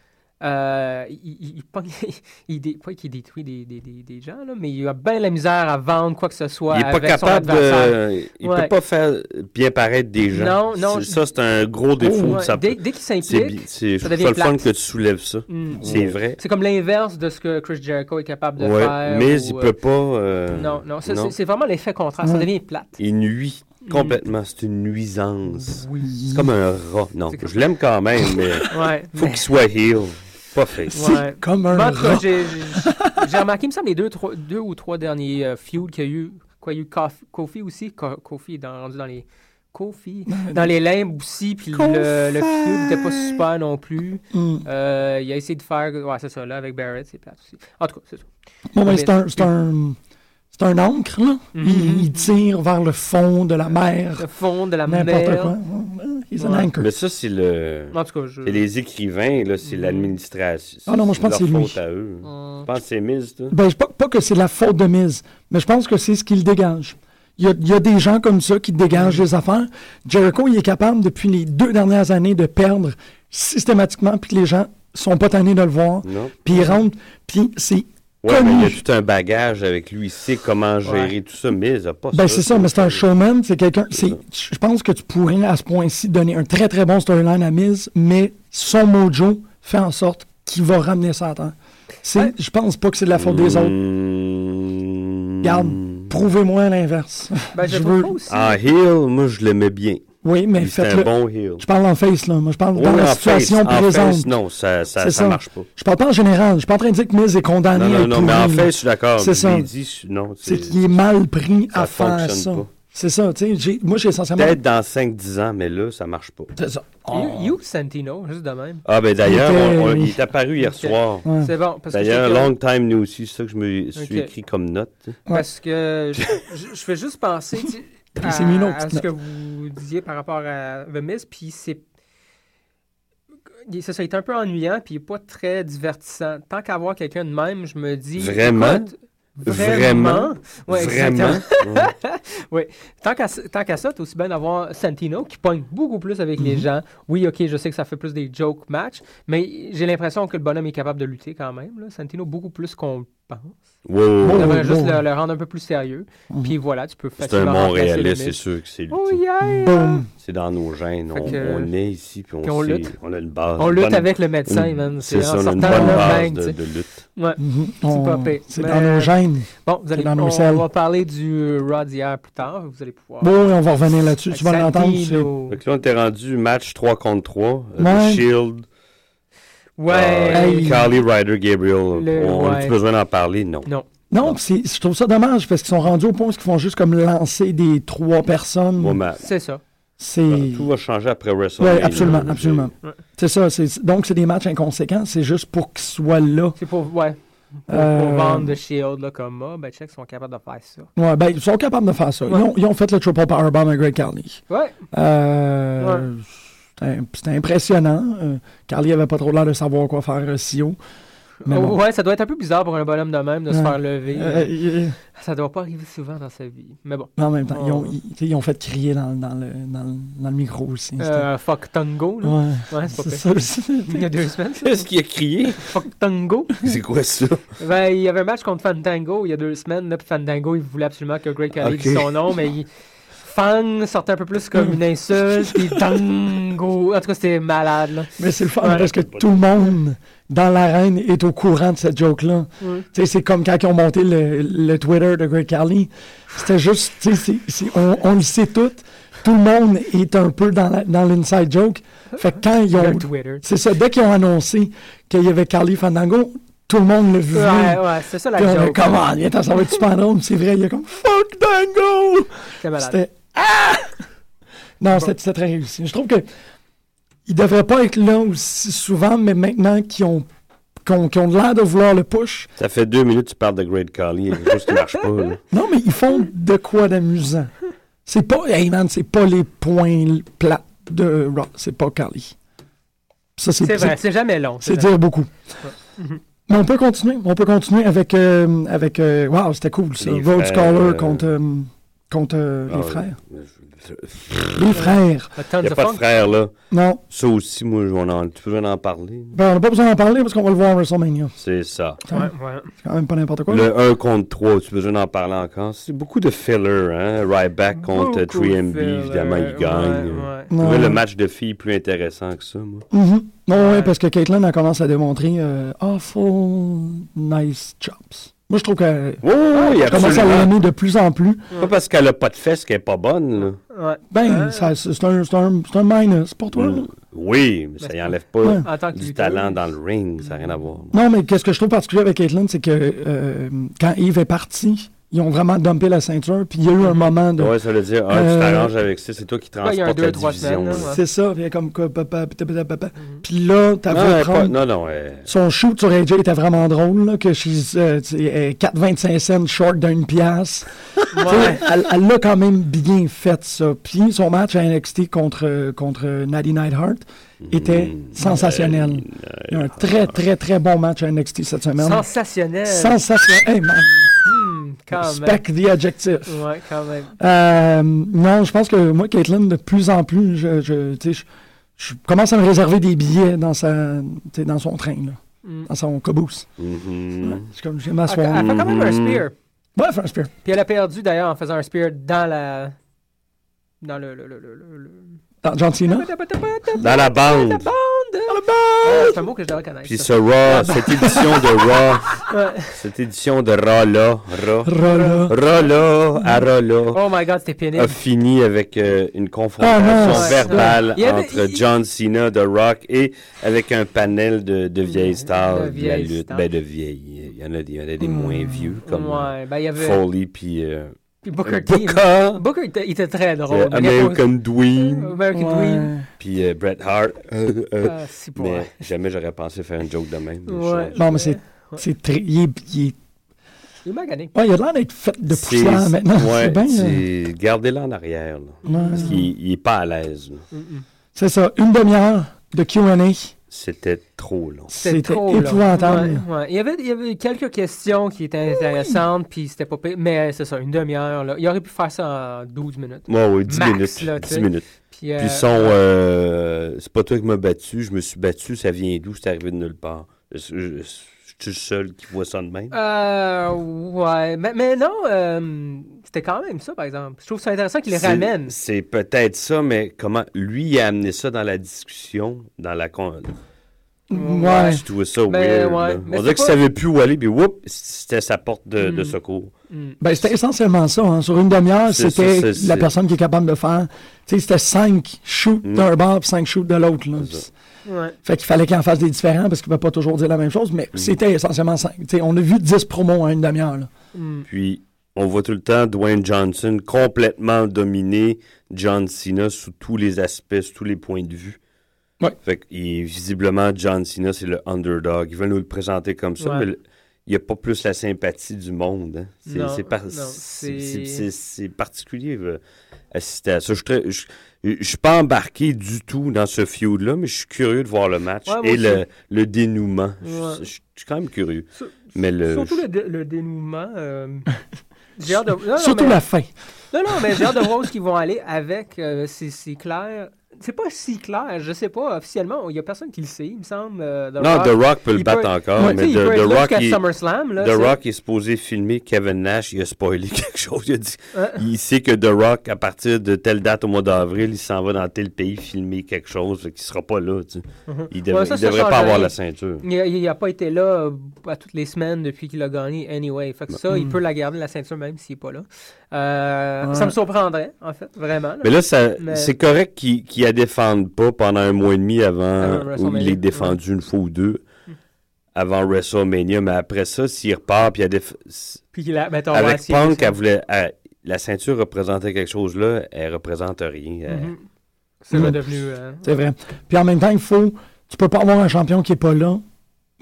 euh, il, il- il pogne- il dé- pas qu'il détruit des, des- des- des gens, là, mais il a bien la misère à vendre quoi que ce soit. il est pas avec son capable adversaire. de. Il Ouais. peut pas faire bien paraître des gens. Non, non, Oh, C'est- Ça, c'est un gros défaut. Ouais, ça- Dès, dès qu'il C'est s'implique, bi- c'est- je ça trouve devient ça le fun plate. que tu soulèves ça. Mm. C'est vrai. c'est comme l'inverse de ce que Chris Jericho est capable de Ouais, faire. mais ou, il euh, peut pas. euh, Non, non, ça, c'est- Mm. c'est vraiment l'effet contraire. Ça Ouais. devient plate. Il nuit complètement. C'est une nuisance. Oui. C'est comme un rat. Non, C'est comme- je l'aime quand même, mais Ouais. faut qu'il soit heal. Pas face. ouais. Comme un Bon, en tout cas, rat. j'ai- j'ai- j'ai remarqué, il me semble, les deux, trois- deux ou trois derniers euh, feuds qu'il y a eu. Quoi, il y a eu Kof- Kofi aussi. Ko- Kofi est dans, rendu dans les. Kofi. Dans les limbes aussi. Puis le, le feud n'était pas super non plus. Mm. Euh, il a essayé de faire. Ouais, c'est ça, là, avec Barrett, c'est plate aussi. En tout cas, c'est ça. Bon, ben, Mais- c'est un, c'est un, c'est un ancre, là. il, il tire vers le fond de la mer. Mm-hmm. Le fond de la N'importe mer. quoi. He's an Ouais. anchor. Mais ça, c'est le. En tout cas, je. Mm. C'est les écrivains, là, c'est l'administration. Ah non, moi, je pense que c'est leur lui. faute à eux. Hum. Je pense que c'est Miz, toi. Ben, je- pas, pas que c'est la faute de mise, mais je pense que c'est ce qu'il dégage. Il y, a, il y a des gens comme ça qui dégagent des affaires. Jericho, il est capable, depuis les deux dernières années, de perdre systématiquement, puis que les gens sont pas tannés de le voir. Non. Puis ils rentrent, puis c'est Ouais, connu. mais il y a tout un bagage avec lui. Il sait comment gérer tout ça. Miz a pas ça. Ben, c'est ça, mais c'est un showman, c'est quelqu'un. c'est- Je pense que tu pourrais, à ce point-ci, donner un très très bon storyline à Miz, mais son mojo fait en sorte qu'il va ramener ça à temps. C'est- Je pense pas que c'est de la faute Hmm. des autres. Mmh. Garde, prouvez-moi l'inverse. Ben, je Je trouve veux- pas aussi. En heel, moi, je l'aimais bien. Oui, mais C'était un faites-le. bon heel. Je parle en face, là. Moi, je parle dans Oui, la en situation face, en présente. face, non, ça, ça, C'est ça marche pas. Je parle pas en général. Je suis pas en train de dire que Miz est condamné. Non, non, à non, mais en pourri, là. fait, je suis d'accord. C'est Je ça. l'ai dit, je- non, C'est c'est qu'il est mal pris ça à faire fonctionne ça. pas. C'est ça, tu sais. j'ai- Moi, j'ai essentiellement. peut-être dans 5-10 ans, mais là, ça marche pas. C'est ça. You, You Santino, juste de même. Ah, ben d'ailleurs, Il était- on- on- il est apparu hier Ok. soir. Ouais. C'est bon. Parce que je D'ailleurs, sais que- long time nous aussi, c'est ça que je me suis Ok. écrit comme note. Parce que je, je- je fais juste penser tu sais, Puis Ah. c'est mis une à, autre à petite ce que vous disiez par rapport à The Miz, puis c'est. il- Ça, ça a été un peu ennuyant, puis il est pas très divertissant. Tant qu'à voir quelqu'un de même, je me dis. Vraiment? écoute, Vraiment? Ouais, Vraiment. exactement. Tant qu'à s- tant qu'à ça, t'as aussi bien d'avoir Santino qui pogne beaucoup plus avec Mhm. les gens. Oui, ok, je sais que ça fait plus des joke match, mais j'ai l'impression que le bonhomme est capable de lutter quand même. là. Santino, beaucoup plus qu'on pense. Ouais, ouais, Bon, ouais. On devrait oui, juste bon. le, le rendre un peu plus sérieux. Mm-hmm. Puis voilà, tu peux C'est un facilement Montréalais, c'est remplacer sûr que c'est lui. le Miz. Oh yeah! Boom. C'est dans nos gènes. Fait On, que- on est ici, puis on, Puis on sait- lutte. on a une base. On une lutte bonne- avec le médecin, une- man. C'est ça, en on a sortant une bonne là, base bang, tu de, sais. de lutte. Ouais. Mhm. On- pas pire. C'est Mais- dans nos gènes. Bon, vous allez, dans nos on, selles. va parler du Raw d'hier plus tard. Vous allez pouvoir. Bon, et on va revenir là-dessus. Fait Tu que vas l'entendre. c'est- Santino. Fait que là, on était rendu match 3 contre 3. euh, Ouais. Le Shield. Euh, Ouais. Hey. Carly Ryder, Gabriel. Le- on ouais. a-tu besoin d'en parler? Non. Non. Non, pis c'est- je trouve ça dommage parce qu'ils sont rendus au point où ils font juste comme lancer des trois personnes. Moi, ma- C'est ça. c'est. ben, Tout va changer après WrestleMania. Ouais, absolument, là, absolument. Ouais. C'est ça. c'est- Donc, c'est des matchs inconséquents. C'est juste pour qu'ils soient là. C'est pour, ouais, pour, pour Euh, vendre The Shield là, comme moi. Ben, check, ils sont capables de faire ça. Ouais, ben, ils sont capables de faire ça. Ils, ont, ils ont fait le triple powerbomb à Greg Carly. Ouais. Euh, c'était- C'était impressionnant. Euh, Carly avait pas trop l'air de savoir quoi faire euh, si haut. Mais Oh, bon. Ouais, ça doit être un peu bizarre pour un bonhomme de même de se Ouais. faire lever. Euh, ils- Ça doit pas arriver souvent dans sa vie. Mais bon. mais en même temps, ils, ont, Oh. ils- tu sais, ils ont fait crier dans, dans le, dans, le- dans le micro aussi. C'était- Euh, fuck Tango, là. Ouais, c'est ouais, c'est pas pire. ça aussi. Il y a deux semaines, ça. Qu'est-ce qu'il a crié? Fuck Tango. C'est quoi ça? Ben, il y avait un match contre Fandango il y a deux semaines. Là, puis Fandango, il voulait absolument que Greg Kelly Ok. dise son nom, mais il... Fang sortait un peu plus comme une insulte, puis Tango. En tout cas, c'était malade, là. Ah, Mais c'est le fun Ouais. parce que tout le monde dans l'arène est au courant de cette joke-là. Ouais. Tu sais, C'est comme quand ils ont monté le, le Twitter de Greg Carly. C'était juste, tu sais, c'est- c'est- on, on le sait tout. Tout le monde est un peu dans la- dans l'inside joke. Fait que quand ils ont. Le Twitter. C'est ça, dès qu'ils ont annoncé qu'il y avait Carly Fandango, tout le monde l'a vu. Ouais, ouais, c'est ça la Puis on a dit, joke. Come on, viens, ça va être super drôle. C'est vrai, il y a comme Fuck Dango! C'était malade. C'était Ah! Non, c'était c'était très réussi. Je trouve que ils devraient pas être là aussi souvent, mais maintenant qu'ils ont, qu'on- qu'ils ont l'air de vouloir le push, Ça fait deux minutes que tu parles de Great Carly. Il y a quelque chose qui marche pas. là. non, mais ils font de quoi d'amusant. C'est pas, hey man, c'est pas les points plates de Raw. C'est pas Carly. Ça, C'est vrai, c'est jamais long. C'est vrai. Mm-hmm. dire beaucoup. Mais on peut continuer. On peut continuer avec. euh, avec euh, wow, c'était cool ça. Les Road frères, Scholar euh, contre, euh, contre euh, Ah, les frères. Il Les frères. Tons n'y a of pas Funk. de frère, là. Non. Ça aussi, moi, on en, tu peux en parler. Ben, on n'a pas besoin d'en parler parce qu'on va le voir à WrestleMania. C'est ça. Ouais, ouais. C'est quand même pas n'importe quoi. Le 1 contre 3, tu peux en parler encore. C'est beaucoup de filler, hein? Ryback contre Beaucoup 3MB, filler, évidemment, il ouais, gagne. ouais. Je trouvais Ouais. le match de filles plus intéressant que ça, moi. Mhm. Non, ouais, Ouais. parce que Caitlyn, elle commence à démontrer euh, awful nice chops. Moi, je trouve qu'elle Oui, oui, oui, je commence à absolument. l'aimer de plus en plus. Pas parce qu'elle a pas de fesses qu'elle est pas bonne, là. Ouais. Ben, ça- c'est un, c'est un, c'est un minus pour toi. là. Oui, mais ça y enlève pas Ouais. En tant que du lutteuse. talent dans le ring. Ça n'a rien à voir. Non, mais qu'est-ce que je trouve particulier avec Caitlyn, c'est que euh, quand Yves est parti, ils ont vraiment dumpé la ceinture, puis il y a eu un moment de. Ouais, ça veut dire, ah, Euh, tu t'arranges avec ça, c'est toi qui Mm-hmm. il y a un transportes deux, la trois division. semaines, là, là. ouais. Mm-hmm. C'est ça, puis comme quoi, papa, pita, pita, papa. Puis là, t'as Non, vu elle est pas- prendre. non, non, euh, Son shoot sur AJ était vraiment drôle, là, que she's, euh, tu sais, euh, 4,25 cents short d'une pièce. Tu sais, Elle elle l'a quand même bien fait, ça. Puis son match à NXT contre, euh, contre Natty Neidhart était Mm. sensationnel. Il y a un très, très, très bon match à NXT cette semaine. Sensationnel. Sensationnel. Hey, man, Hmm, quand même. spec the adjective. Ouais, quand même. Euh, non, je pense que moi, Caitlyn, de plus en plus, je, je, tu sais, je, je commence à me réserver des billets dans, sa, tu sais, dans son train, là, dans son caboose. mhm. Je suis comme, je Ah, Elle vais fait- m'asseoir. Ah, elle fait quand même un spear. Ouais, faire un spear. Puis elle a perdu d'ailleurs en faisant un spear dans la. Dans le. le, le, le, le- le- Dans John Cena. Dans la bande. Ah, C'est un mot que je devrais connaître. Puis ça. ce Raw, cette édition de Raw, cette édition de Raw là, Raw, euh, Rolla. Raw là, à Raw là, Oh my god, c'était pénible. a fini avec euh, Ah, une non, confrontation ouais, verbale ouais. Il y avait- entre il- John Cena de Rock et avec un panel de, de vieilles stars De de, la vieilles lutte. stars. Hmm. Ben, de vieilles. Il y en a, des- il y en a des moins vieux comme Ouais, ben il y euh, avait. Foley puis euh, Puis Booker T. Booker, Booker, il était- il était très euh, drôle. mais il y a pas- American Dwayne American Dream. puis euh, Bret Hart. Euh, euh, Ah, si pour. mais jamais j'aurais pensé faire une joke de même. mais Ouais. je- Non, mais c'est. C'est très. Il, est- il est- Ah. Il m'a gagné. ouais, il a l'air d'être fait de C'est- poussière maintenant. ouais, c'est bien. euh, c'est- Gardez-la en arrière. là. ouais. Parce qu'il il est pas à l'aise. là. C'est ça. Une demi-heure de QA. C'était trop long. C'était trop long. épouvantable. Ouais, ouais. Il, y avait, il y avait quelques questions qui étaient intéressantes, puis c'était pas pire. Mais c'est ça, une demi-heure. là. Il aurait pu faire ça en 12 minutes. Moi, ouais, 10 Max, minutes. là, tu 10 sais. minutes. Puis, euh, Puis son. euh, c'est pas toi qui m'as battu. Je me suis battu. Ça vient d'où? C'est arrivé de nulle part. Je, je- je suis le seul qui voit ça de même. Euh, ouais. Mais, mais non, euh, c'était quand même ça, par exemple. Je trouve ça intéressant qu'il les C'est- ramène. C'est peut-être ça, mais comment. Lui, il a amené ça dans la discussion, dans la. Con... Ouais. Je trouvais ça Ben, weird. ouais, là. mais On c'est dirait qu'il pas- Hmm. savait plus où aller, puis whoop, c'était sa porte de, de secours. Ben, c'était essentiellement ça. hein. Sur une demi-heure, C'est c'était ça, Mm. c'est- la c'est- personne qui est capable de faire. Tu sais, c'était cinq shoots d'un bar puis cinq shoots de l'autre. là. Ouais. Fait qu'il fallait qu'il en fasse des différents parce qu'il ne va pas toujours dire la même chose, mais Mm. c'était essentiellement cinq. Tu sais, on a vu dix promos en une demi-heure. là. Mm. Puis, on voit tout le temps Dwayne Johnson complètement dominer John Cena sous tous les aspects, sous tous les points de vue. Ouais. Fait que, et visiblement, John Cena, c'est le underdog. Ils veulent nous le présenter comme ça, Ouais. mais le- il n'y a pas plus la sympathie du monde. hein. C'est- Non, C'est par- non, c'est- c'est- c'est- c'est- c'est particulier euh, assister à ça. Je suis très- je je suis pas embarqué du tout dans ce feud-là, mais je suis curieux de voir le match Ouais, moi et le, aussi. le dénouement. Je- Ouais. Je, je suis quand même curieux. Sur- Mais le, Surtout le, dé- le dénouement. euh, j'ai hâte de. non, non, Surtout mais- la fin. Non, non, mais j'ai hâte de voir où ils vont aller avec. euh, c'est c'est clair. C'est pas si clair, je sais pas. Officiellement, il y a personne qui le sait, il me semble. euh, The Non, Rock. The Rock peut le Il battre peut- encore, Ouais, tu sais, mais il peut The, être The là Rock, jusqu'à il- SummerSlam, là, The tu sais. Rock est supposé filmer Kevin Nash. Il a spoilé quelque chose. Il, a dit, Hein? il sait que The Rock, à partir de telle date au mois d'avril, il s'en va dans tel pays filmer quelque chose, qui sera pas là. tu sais. Il Mm-hmm. Ouais, devrait, ça, il ça devrait change pas avoir rien. la ceinture. Il a, il a pas été là euh, à toutes les semaines depuis qu'il a gagné anyway. Fait que ça, Mm. il peut la garder la ceinture même s'il est pas là. Euh, Ça me surprendrait, en fait, vraiment. là. Mais là, ça- Mais- c'est correct qu'il ne la défende pas pendant un mois et demi Avant avant. où WrestleMania, il est défendu une fois ou deux avant WrestleMania. Mais après ça, s'il repart, puis il a déf- Puis qu'il a, mettons, ouais, avec si- Punk, si- elle voulait. elle- la ceinture représentait quelque chose là, elle représente rien. Elle- Mhm. c'est Mm. redevenu. euh, C'est vrai. Puis en même temps, il faut. Tu peux pas avoir un champion qui est pas là.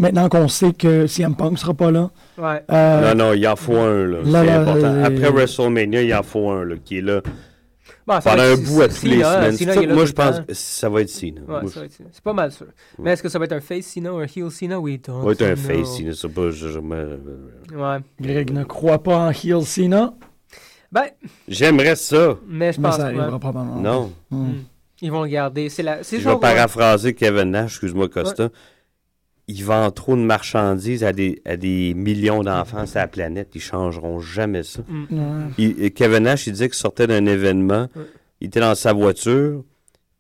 Maintenant qu'on sait que CM Punk sera pas là. ouais. Euh, Non, non, il en faut un, là. Là, c'est là, important. euh, Après WrestleMania, il en faut un, là, qui est là. Bon, Bah, ça Pendant va un être- bout à toutes Cena, les hein, semaines. Cena, Ça, il est là moi, tout je le temps. pense que ça va être Cena. Ouais, Moi, je- ça va être Cena. C'est pas mal sûr. Mais est-ce que ça va être un face Cena ou un heel Cena? Oui, don't ça va être un know. face Cena. Ça pas, je- je- je- Ouais. Greg ne croit pas en Heel Cena, Ben, J'aimerais ça. mais je mais pense ça que ouais, arrivera probablement. Non. ils vont le garder. C'est la... c'est Je vais genre- euh, paraphraser Kevin Nash, excuse-moi Costa. Il vend trop de marchandises à des, à des millions d'enfants sur la planète. Ils changeront jamais ça. Ouais. Il- et Kevin Nash, il disait qu'il sortait d'un événement. Ouais. Il était dans sa voiture,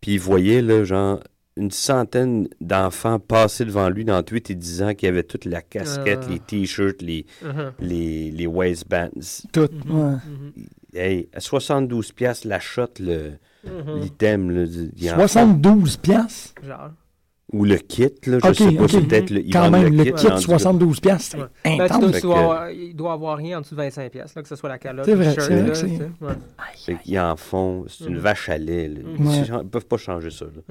puis il voyait, là, genre, une centaine d'enfants passer devant lui dans 8 et 10 ans qui avaient toute la casquette, Ah. les t-shirts, les, Uh-huh. les, les waistbands. Tout. Mhm. ouais. Mhm. Hey, à 72 piastres la shot, le- Mhm. l'item, là, du- il en- 72 piastres? Genre. ou le kit, là, je Ok, sais pas, ok. c'est peut-être le, ils Quand vendent même, le dans kit du- 72 piastres, Ouais. c'est Ben, tu intense. dois, Fait tu dois que- avoir- il doit avoir rien en dessous de 25 pièces, là, que ce soit la calotte, C'est vrai, le shirt, c'est vrai là, que c'est- euh, tu sais, ouais. Fait qu'ils en font, c'est une Mhm. vache à lait. là. Ils- Ouais. ils- Ils peuvent pas changer ça. là. Ah,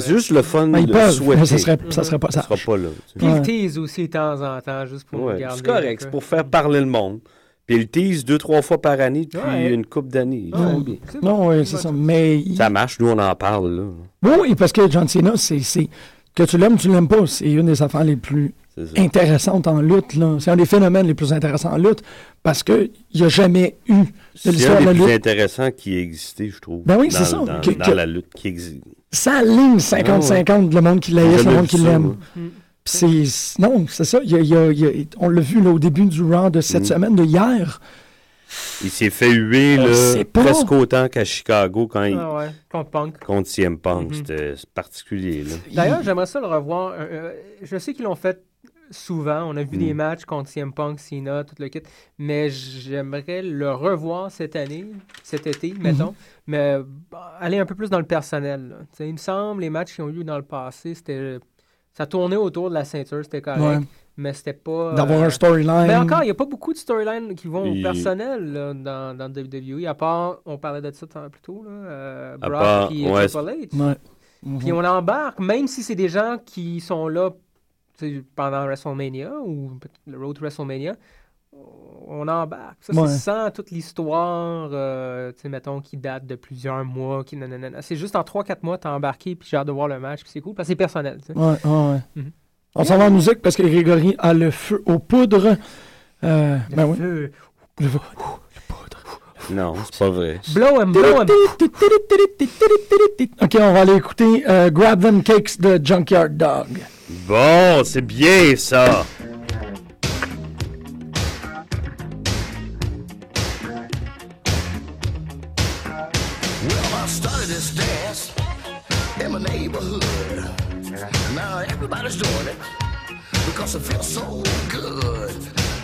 vrai. c'est juste le fun Mais Bah, ils de peuvent, euh, souhaiter. mais ça serait, ça serait pas Ça ça. sera pas là. tu sais. Puis Ouais. ils teasent aussi de temps en temps, juste pour Ouais, le garder. C'est correct, c'est pour faire parler le monde. Puis ils le teasent deux, trois fois par année depuis Ouais. une couple d'années. Ils Ouais. font bien. C'est Non, bon. oui, c'est ça. Mais. il- Ça marche, nous on en parle. là. Oui, parce que John Cena, c'est. c'est- Que tu l'aimes ou tu l'aimes pas, c'est une des affaires les plus C'est ça. intéressantes en lutte. là. C'est un des phénomènes les plus intéressants en lutte parce qu'il n'y a jamais eu de C'est l'histoire un de la des plus lutte. intéressants qui a existé, je trouve. Ben oui, dans- c'est ça. Dans, Que- dans que- la lutte qui existe. Ça Ah ligne 50-50 le monde qui J'ai l'aïe, le jamais monde vu qui ça, l'aime. moi. Puis c'est- Non, c'est ça. il y a- il y a- il y a- on l'a vu là, au début du round de Mm. cette semaine, de hier. Il s'est fait huer On là, sait pas. presque autant qu'à Chicago quand il, Ah ouais, contre Punk. Mhm. contre CM Punk. C'était c'est particulier. Là. D'ailleurs, j'aimerais ça le revoir. euh, euh, je sais qu'ils l'ont fait souvent. On a vu des matchs contre CM Punk, Cena, tout le kit. Mais j'aimerais le revoir cette année, cet été, mettons. Mais bah, aller un peu plus dans le personnel. là. Tu sais, Il me semble, les matchs qui ont eu lieu dans le passé, c'était. Ça tournait autour de la ceinture, c'était correct. Ouais. Mais c'était pas. D'avoir euh, un storyline. Mais encore, il n'y a pas beaucoup de storylines qui vont Il- au personnel là, dans, dans WWE, à part, on parlait de ça tant- plus tôt, là, euh, À Brock part- et ouais, Triple H. Ouais. Puis on embarque, même si c'est des gens qui sont là tu sais, pendant WrestleMania ou peut- le Road to WrestleMania, on embarque. Ça, Ouais. c'est sans toute l'histoire, euh, tu sais, mettons, qui date de plusieurs mois. qui nanana. C'est juste en 3-4 mois, t'es embarqué, puis j'ai hâte de voir le match, puis c'est cool, parce que c'est personnel. tu sais. Ouais, ouais, ouais. Mhm. On s'en va en musique parce que Grégory a le feu aux poudres. Euh, ben oui. Euh, Le- Non, c'est pas vrai. Blow and blow and... Ok, on va aller écouter euh, Grab Them Cakes de Junkyard Dog. Bon, c'est bien ça. Well, I started this dance in my neighborhood. Now everybody's doing it because it feels so good.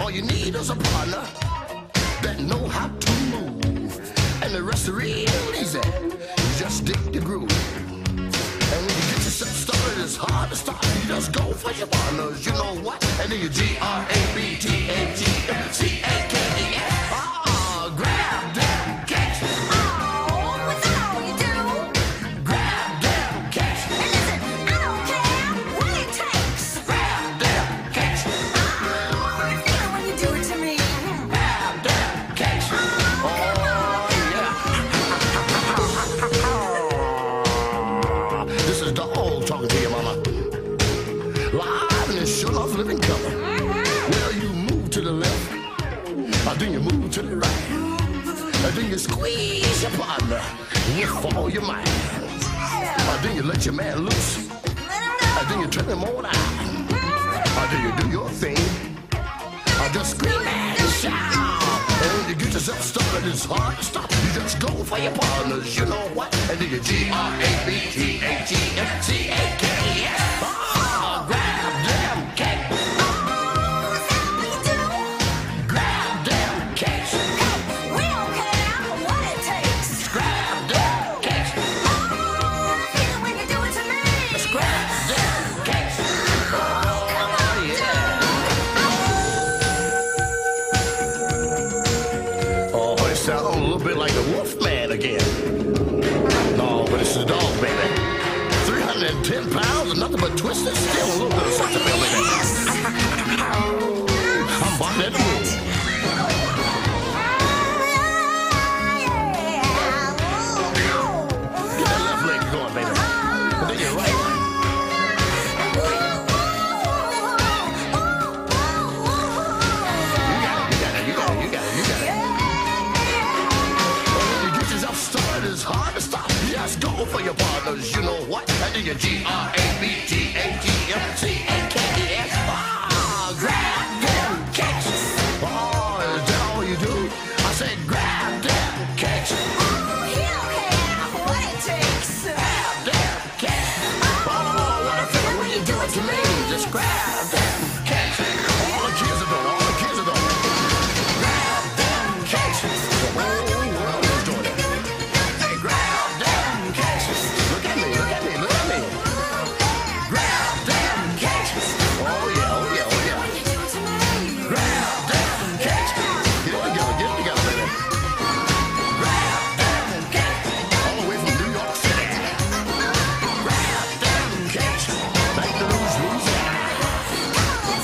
All you need is a partner that know how to move, and the rest is real easy. You just dig the groove. And when you get yourself started, it's hard to stop. You just go for your partners, you know what? And then you G R A B T A G C A K E S. Ah, grab them cakes. Oh, it's all you do. Grab them cakes. And listen, I don't care what it takes. Grab them cakes. Oh, I feel when you do it to me. Grab them cakes. Oh, yeah. This is Dog talking to your mama. Live and it's sure enough living color. Well, you move to the left, and then you move to the right, and then you squeeze your partner with all your might, and then you let your man loose, and then you turn him on out, and then you do your thing. I just scream and shout. And when you get yourself started, it's hard to stop. You just go for your partners, you know what? And then you G R A B T A G F C A K E S. Ah, grab them cake. Grab them cakes. Grab them cakes. Let's grab them cakes. Oh, yeah. Oh, it sounds a little bit like the Wolfman again. No, but it's the dog, baby. 310 pounds and nothing but twisted still a little bit of something, baby. I'm on that move. trouble for your bothers. You know what? I do your G R A B T A T M C A K E S. Ah, grab them cakes. Oh, is that all you do? I said grab them cakes. Oh, he'll have what it takes. Grab them cakes. Oh, what a feeling when you do it to me. Just grab them cakes. All the kids adore. All the kids adore. Grab them cakes. The whole world is doing it. Hey, grab them cakes. Look at me. Look at me. Look at me. Grab them cakes. Oh yeah. Oh yeah. Oh yeah. Grab them cakes. Get it together. Get it together, baby. Grab them cakes. All the way from New York City. Grab them cakes. Back to Louisiana.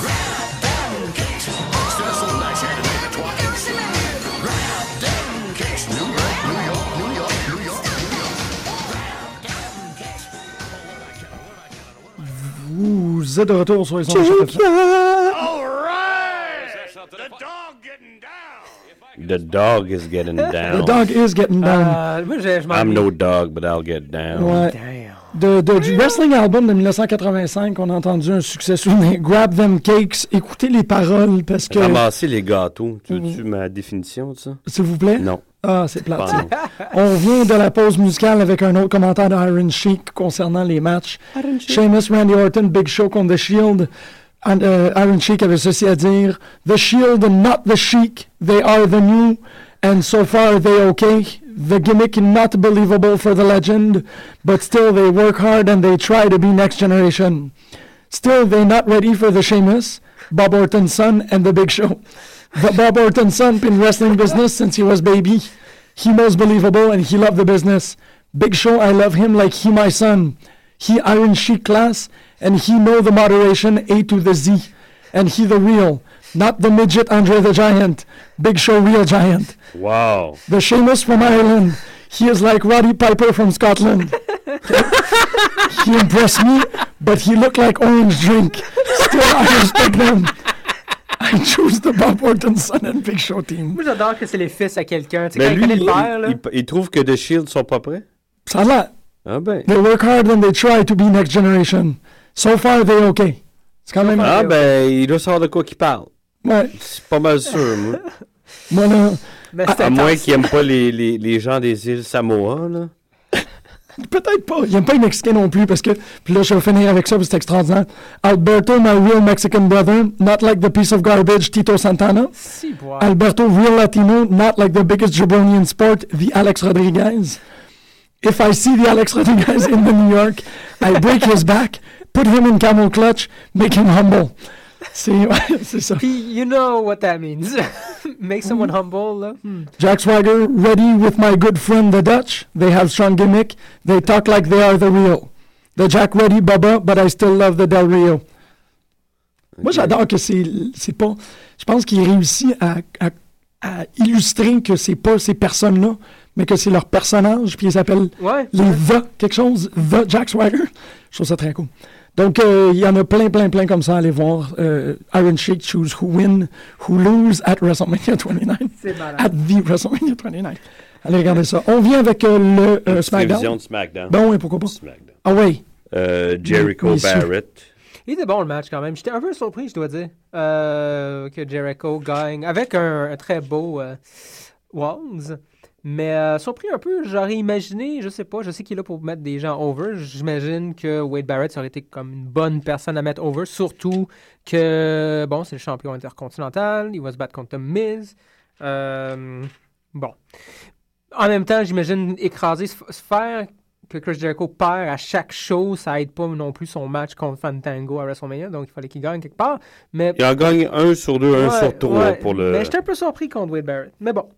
Grab them cakes. Still so nice here today, the twice. Grab them cakes. New York, New York, New York, New York, New York. Vous êtes de retour sur les ondes de Choc FM. The dog is getting down. The dog is getting down. Euh, moi, je, je m'en I'm no dog, but I'll get down. Ouais. De, de- du wrestling album de 1985, on a entendu un succès souvenir. Grab them cakes. Écoutez les paroles parce que, Ramasser les gâteaux. Tu veux-tu Mhm. ma définition de ça? s'il vous plaît. Non. Ah, c'est plate. Pardon. On revient de la pause musicale avec un autre commentaire de Iron Sheik concernant les matchs. Sheamus, Randy Orton, Big Show contre The Shield. And, euh, Iron Sheik avait ceci à dire. The Shield and not the Sheik, they are the new, and so far they okay. The gimmick not believable for the legend, but still they work hard and they try to be next generation. Still they not ready for the Sheamus, Bob Orton's son, and the Big Show. But Bob Orton's son been wrestling business since he was baby. He most believable and he loved the business. Big Show, I love him like he my son. He Iron Sheik class and he know the moderation A to the Z. And he the real, not the midget Andre the Giant. Big Show real giant. Wow. The Sheamus from Ireland. He is like Roddy Piper from Scotland. he impressed me, but he looked like orange drink. Still, I respect them. I choose the Bob Orton son and Big Show team. Moi, j'adore que c'est les fils à quelqu'un. Tu sais, quand Mais il lui, connaît il, le père, là. il- il trouve que The Shield sont pas prêts? Ça va. Ah ben. They work hard and they try to be next generation. So far, they okay. C'est quand même. Ah ben, il doit savoir de quoi qu'il parle. Ouais. C'est pas mal sûr, moi. Moi, là, Mais c'est À intense. moins qu'il aime pas les, les, les gens des îles Samoa, là. peut-être pas. Il aime pas les Mexicains non plus parce que. Puis là, je vais finir avec ça, parce que c'est extraordinaire. Alberto, my real Mexican brother, not like the piece of garbage Tito Santana. Si, boy. Alberto, real Latino, not like the biggest jabroni in sport, the Alex Rodriguez. If I see the Alex Rodriguez in the New York, I break his back, put him in camel clutch, make him humble. C'est ouais, c'est ça. Puis, you know what that means. Make someone humble, là. Hmm. Jack Swagger, ready with my good friend the Dutch. They have strong gimmick. They talk like they are the real. The Jack Ready Bubba, but I still love the Del Rio. Moi, j'adore que c'est c'est pas. Je pense qu'il réussit à, à- à illustrer que c'est pas ces personnes-là, mais que c'est leur personnage, puis ils s'appellent Ouais. les The quelque chose, The Jack Swagger. Je trouve ça très cool. Donc, euh, il y en a plein, plein, plein comme ça à aller voir. Euh, Iron Sheik choose who win, who lose at WrestleMania 29. C'est malade. At the WrestleMania 29. Allez, regardez ça. On vient avec euh, le euh, Division SmackDown. de SmackDown. Ben oui, pourquoi pas. SmackDown. Ah oui, Euh, Jericho Oui, monsieur. Barrett. Il était bon, le match, quand même. J'étais un peu surpris, je dois dire, euh, que Jericho gagne. Avec un, un très beau euh, Walls. Mais euh, surpris un peu, j'aurais imaginé, je sais pas, je sais qu'il est là pour mettre des gens over. J'imagine que Wade Barrett ça aurait été comme une bonne personne à mettre over. Surtout que, bon, c'est le champion intercontinental. Il va se battre contre The Miz. Euh, bon. En même temps, j'imagine écraser, se f- se faire que Chris Jericho perd à chaque show, ça aide pas non plus son match contre Fantango à WrestleMania, donc il fallait qu'il gagne quelque part. Mais Il en gagne un sur deux, un Ouais, sur trois ouais, pour le. Mais j'étais un peu surpris contre Wade Barrett. Mais bon.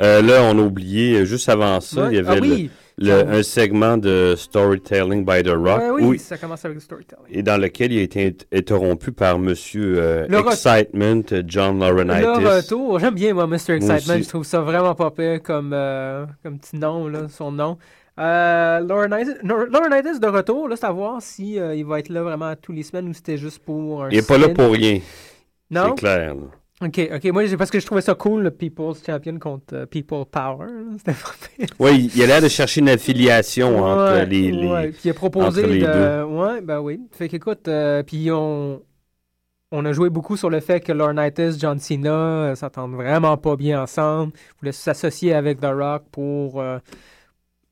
Euh, là, on a oublié, euh, juste avant ça, il y Ouais. avait ah oui, le- le- un segment de Storytelling by The Rock Ah oui, où- ça commence avec le storytelling. et dans lequel il a été int- interrompu par Monsieur euh, Le re- Excitement euh, John Laurinaitis. Le retour, j'aime bien moi Mr. Excitement, aussi. je trouve ça vraiment pas pire comme, euh, comme petit nom, là, son nom. Euh, Laurinaitis Nor- Laurinaitis de retour, là, c'est à voir si euh, il va être là vraiment tous les semaines ou c'était juste pour un Il n'est pas là spin. pour rien, Non, c'est clair. là. Ok, ok. Moi, j'ai- parce que je trouvais ça cool, le People's Champion contre euh, People Power. là. C'était vraiment- Oui, il a l'air de chercher une affiliation entre Ouais, les, les- ouais. Puis il a proposé entre les de. Ouais, ben oui. Fait qu'écoute, euh, puis on. On a joué beaucoup sur le fait que Laurinaitis, John Cena euh, s'entendent vraiment pas bien ensemble. voulaient s'associer avec The Rock pour, euh,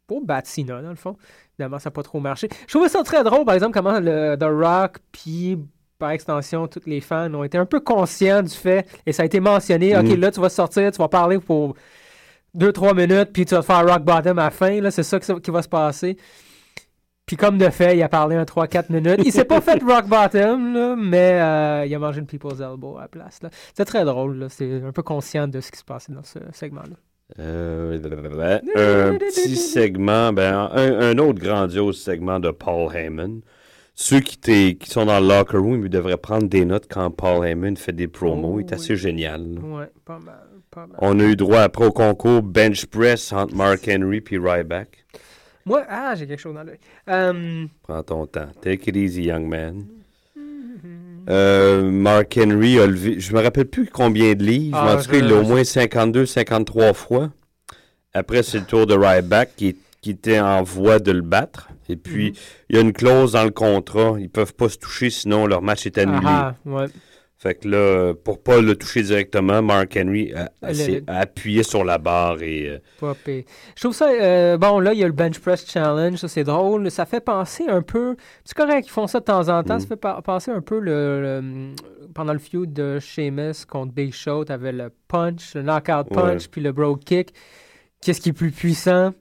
pour battre Cena, dans le fond. Évidemment, ça n'a pas trop marché. Je trouvais ça très drôle, par exemple, comment le, The Rock, puis par extension, tous les fans ont été un peu conscients du fait, et ça a été mentionné, Mhm. OK, là, tu vas sortir, tu vas parler pour 2-3 minutes, puis tu vas te faire rock bottom à la fin, là, c'est ça que ça- qui va se passer. Puis comme de fait, il a parlé un 3-4 minutes. Il s'est pas fait rock bottom, là, mais euh, il a mangé une people's elbow à la place. là. C'était très drôle, là. c'est un peu conscient de ce qui se passait dans ce segment-là. Euh, blablabla. un petit segment, ben, un, un autre grandiose segment de Paul Heyman. Ceux qui, t'es- qui sont dans le locker room, ils devraient prendre des notes quand Paul Heyman fait des promos. il est assez génial. là. Ouais, pas mal, pas mal. On a eu droit après au concours Bench Press entre Mark Henry puis Ryback. Moi, ah, j'ai quelque chose dans l'œil. Euh, Prends ton temps. Take it easy, young man. Euh, Mark Henry a levé, je me rappelle plus combien de livres, mais Ah, en tout cas, il je- l'a au moins 52, 53 fois. Après, c'est le tour de Ryback qui, qui était en voie de le battre. Et puis, Mhm. il y a une clause dans le contrat, ils peuvent pas se toucher, sinon leur match est annulé. ah, ah, ouais. Fait que là, pour pas le toucher directement, Mark Henry a, a- Le- s'est- a appuyé sur la barre et... euh, Pas pire. Je trouve ça. euh, bon, là, il y a le Bench Press Challenge, ça c'est drôle. Ça fait penser un peu. C'est correct, ils font ça de temps en temps. Mm. Ça fait pa- penser un peu le, le, hum, pendant le feud de Sheamus contre Big Show. T'avais le punch, le knockout punch, Ouais. puis le bro kick. Qu'est-ce qui est plus puissant?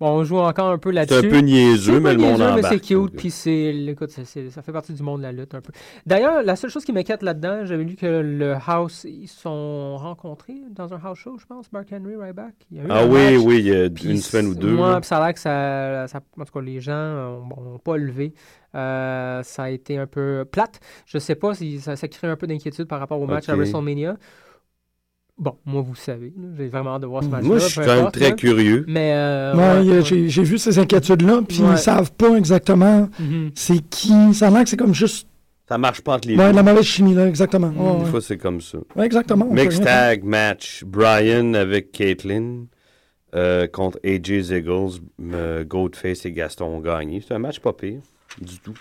Bon, on joue encore un peu là-dessus. C'est un peu niaiseux, C'est mais pas le monde niaiseux, mais embarque. c'est cute, Donc, puis c'est, écoute, c'est- c'est- ça fait partie du monde de la lutte un peu. D'ailleurs, la seule chose qui m'inquiète là-dedans, j'avais lu que le House, ils se sont rencontrés dans un House show, je pense, Mark Henry, Ryback. Il y a eu Ah un oui, match, oui, il y a puis une semaine ou deux. Moi, là. puis ça a l'air que ça, ça- En tout cas, les gens n'ont pas levé. Euh, ça a été un peu plate. Je sais pas si ça, ça crée un peu d'inquiétude par rapport au match à Ok. WrestleMania. Bon, moi, vous savez, là, j'ai vraiment hâte de voir ce match-là. Moi, je suis peu quand même importe, très là. curieux. Mais. euh, Ouais, ouais, il y a- ouais. J'ai j'ai vu ces inquiétudes-là, puis Ouais. ils savent pas exactement Mhm. c'est qui. Ça a l'air que c'est comme juste Ça marche pas entre les ouais, de deux. la mauvaise chimie, là, exactement. Mm-hmm. Ouais, Des ouais. fois, c'est comme ça. Ouais, exactement. on peut Mixed rien faire. tag match. Brian avec Caitlyn euh, contre AJ Ziggles, euh, Goldface et Gaston ont gagné. C'est un match pas pire du tout.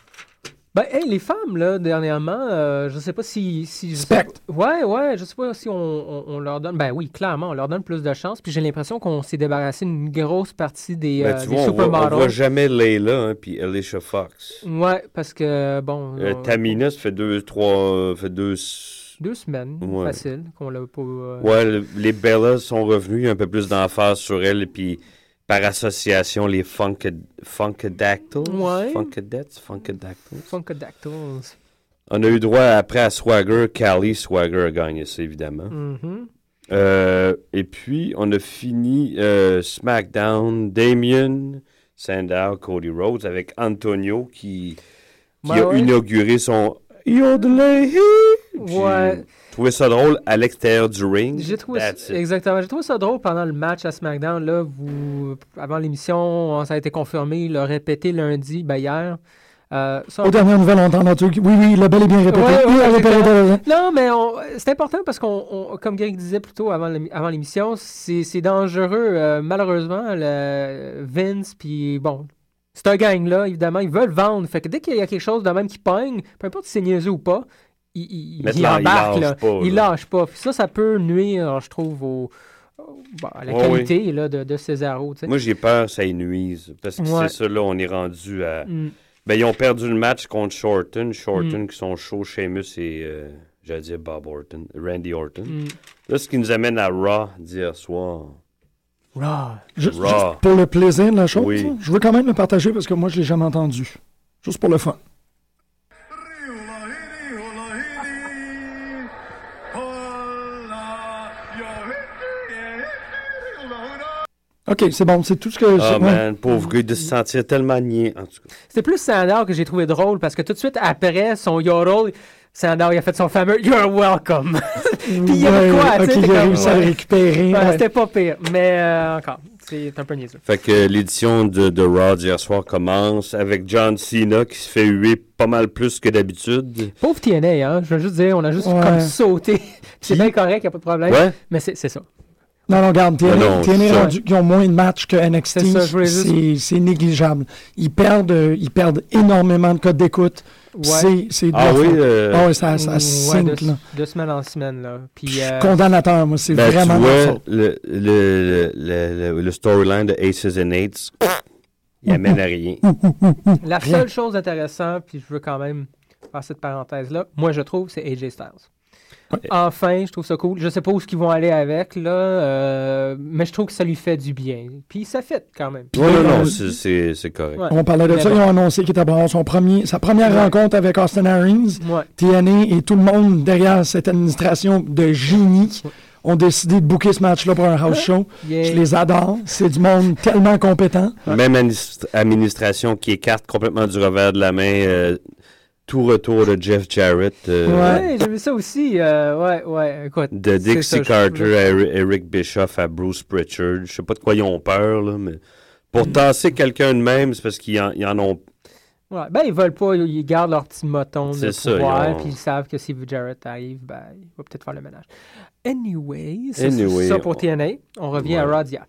Ben, hey, les femmes, là, dernièrement, euh, je sais pas si. si je sais Spect. pas- ouais, ouais, je sais pas si on, on- on leur donne. Ben oui, clairement, on leur donne plus de chance. Puis j'ai l'impression qu'on s'est débarrassé d'une grosse partie des, Ben, euh, tu des vois, on voit, on supermodels. voit jamais Layla hein, puis Alicia Fox. Ouais, parce que, bon. Euh, on- Tamina, ça fait deux, trois, euh, fait deux. s- Deux semaines, Ouais. facile, qu'on l'a pas. euh, Ouais, le- les Bellas sont revenus, il y a un peu plus d'emphase sur elles, puis par association, les Funkad- Funkadactyls. Ouais. Funkadettes, Funkadactyls. Funkadactyls. On a eu droit après à Swagger, Cali. Swagger a gagné ça, évidemment. Mhm. Euh, et puis, on a fini euh, SmackDown, Damien, Sandow, Cody Rhodes avec Antonio qui, qui Ouais, a Ben ouais. inauguré son Yodeling. Ouais. Trouvé ça drôle à l'extérieur du ring. J'ai trouvé, That's ça, it. exactement, j'ai trouvé ça drôle pendant le match à SmackDown. Là, vous, avant l'émission, ça a été confirmé, il l'a répété lundi, ben hier. Euh, ça, Aux dernières nouvelles, on entend truc. Oui, oui, il a bel et bien répété. Ouais, ouais, Il a exactement. répété, répété, répété. Non, mais on- c'est important parce qu'on, on- comme Greg disait plus tôt avant, l'émi- avant l'émission, c'est, c'est dangereux. euh, malheureusement, le Vince, puis bon, c'est un gang-là, évidemment, ils veulent vendre. Fait que dès qu'il y a quelque chose de même qui pogne, peu importe si c'est niaiseux ou pas, ils il, Maintenant, ils embarquent. lâchent là. pas, Ils là. lâchent pas. Puis ça, ça peut nuire, je trouve, au, au- bon, à la Ouais, qualité là, de, de Cesaro. tu sais. Moi, j'ai peur que ça y nuise. Parce que Ouais. c'est ça, là, on est rendu à. Mm. Ben, ils ont perdu le match contre Shorten. Shorten qui sont chauds, Sheamus et, euh, j'allais dire Bob Orton, Randy Orton. Là, ce qui nous amène à Raw d'hier soir. Raw. Juste, Raw. juste pour le plaisir de la chose, Oui. ça, je veux quand même le partager parce que moi, je l'ai jamais entendu. Juste pour le fun. OK, c'est bon. C'est tout ce que... Ah, c'est- ouais. man, pauvre gars, de se sentir tellement niais, en tout cas. C'est plus Sandor que j'ai trouvé drôle parce que tout de suite après son Yodel, Sandor il a fait son fameux You're welcome. Puis il y avait Ouais, quoi, OK, tu sais, il t'es a comme, réussi à le ouais. récupérer. Ouais, ouais. C'était pas pire, mais euh, encore. C'est un peu niaiseux. Fait que l'édition de, de Raw d'hier soir commence avec John Cena qui se fait huer pas mal plus que d'habitude. Pauvre TNA, hein. Je veux juste dire, on a juste Ouais. comme sauté. Puis c'est bien correct, il n'y a pas de problème. Ouais. Mais c'est c'est ça. Non, non, regarde, TNA, Non, non, TNA ça- rendu- ils ont moins de matchs que NXT. C'est ça, je voulais juste- C'est- C'est négligeable. Ils perdent, euh, ils perdent énormément de codes d'écoute. Ouais. C'est C'est de la Ah oui, faute. euh, Ah oui, ça, ça Ouais, sink, de, là. de semaine en semaine, là. Je Puis, suis euh, condamnateur, moi. C'est ben, tu vraiment de la vois, faute. le, le, le, le, le- le storyline de Aces and Eights, il amène à rien. la seule chose intéressante, puis je veux quand même faire cette parenthèse-là, moi, je trouve, c'est AJ Styles. Enfin, je trouve ça cool. Je sais pas où ce qu'ils vont aller avec, là, euh, mais je trouve que ça lui fait du bien. Puis ça fait quand même. Non, euh, non, non, c'est- c'est c'est correct. Ouais. On parlait de Mais ça, bon. ils ont annoncé qu'il était bon. Son premier, sa première Ouais. rencontre avec Austin Harris, Ouais. TNA et tout le monde derrière cette administration de génie ont décidé de booker ce match-là pour un house show. Hein? Yeah. Je les adore. C'est du monde tellement compétent. Même administ- administration qui écarte complètement du revers de la main euh, tout retour de Jeff Jarrett, euh, Ouais, j'ai vu ça aussi. euh, ouais, ouais, écoute. de c'est Dixie ça, je- Carter à Eri- Eric Bischoff à Bruce Pritchard. Je sais pas de quoi ils ont peur, là, mais pour Mm. tasser quelqu'un de même, c'est parce qu'ils en, ils en ont. Ouais, ben, ils veulent pas, ils gardent leur petit moton de C'est ça, pouvoir, ils ont- puis ils savent que si Jarrett arrive, ben, il va peut-être faire le ménage. Anyway, c'est Anyway, ça on- pour TNA. On revient à Ouais. Radia.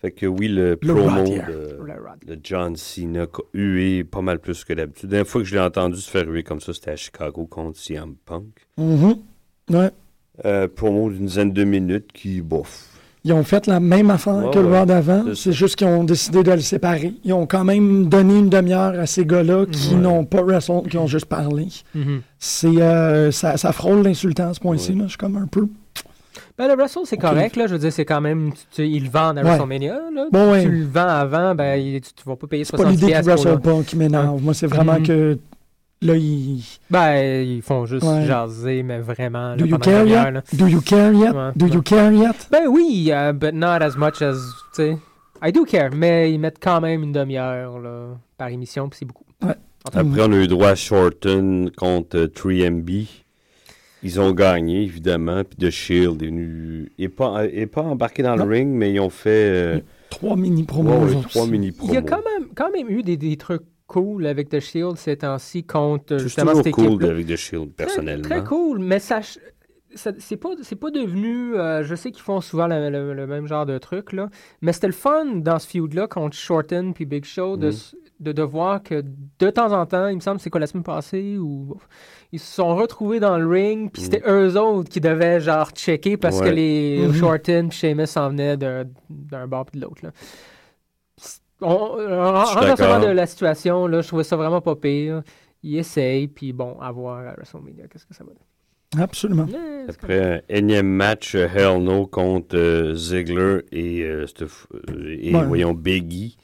Fait que oui, le, Le promo Rodier. de, Le Radia. de John Cena qu'a hué pas mal plus que d'habitude. La dernière fois que je l'ai entendu se faire huer comme ça, c'était à Chicago contre CM Punk. Mhm. Ouais. Euh, promo d'une dizaine de minutes qui, bof. Ils ont fait la même affaire Ouais, que le ouais. Raw d'avant. C'est C'est ça. juste qu'ils ont décidé de le séparer. Ils ont quand même donné une demi-heure à ces gars-là qui n'ont pas wrestle, qui ont juste parlé. Mm-hmm. C'est euh, ça, ça frôle l'insultant à ce point-ci. là. Je suis comme un peu. Ben, le Wrestle, c'est correct, là. Je veux dire, c'est quand même. Tu, tu- ils le vendent à Ouais. WrestleMania, là. Bon, ouais. Tu le vends avant, ben, il- tu, tu vas pas payer C'est pas 70 l'idée qu'ils piastres pour wrestle le- pas qui m'énerve. Moi, c'est vraiment Mhm. que là, ils. Ben, ils font juste Ouais. jaser, mais vraiment. Do là, you pendant care une demi-heure, yet? là. Do you care yet? Ouais, Do ouais. you care yet? Ben oui, euh, but not as much as. Tu sais. I do care, mais ils mettent quand même une demi-heure, là, par émission, puis c'est beaucoup. Après, on a eu droit à Shorten contre euh, 3MB. Ils ont gagné, évidemment. Puis The Shield est venu. Est pas, est pas embarqué dans Non. le ring, mais ils ont fait euh, Trois mini promos. ouais, ouais, aujourd'hui. trois mini-promos. Il y a quand même, quand même eu des, des trucs cool avec The Shield ces temps-ci contre euh, C'est justement toujours cette cool équipe. avec The Shield, personnellement. Très cool, mais ça, ch- ça- c'est pas, c'est pas devenu. euh, je sais qu'ils font souvent la- le, le même genre de truc là, mais c'était le fun dans ce feud-là contre Shorten puis Big Show de, Mhm. s- de, de voir que de temps en temps, il me semble, c'est quoi la semaine passée où ils se sont retrouvés dans le ring, puis c'était eux autres qui devaient genre checker parce que Ouais. les Mm-hmm. Mhm. Shorten puis Sheamus s'en venaient d'un d'un bord puis de l'autre là. On- on- Je suis en renversement de d'accord. la situation, là, je trouvais ça vraiment pas pire. Il essaye, puis bon, à voir à WrestleMania, qu'est-ce que ça va donner. Absolument. Mais c'est Après un énième match, euh, Hell No contre euh, Ziggler et, euh, cette f- euh, et Ouais. voyons, Biggie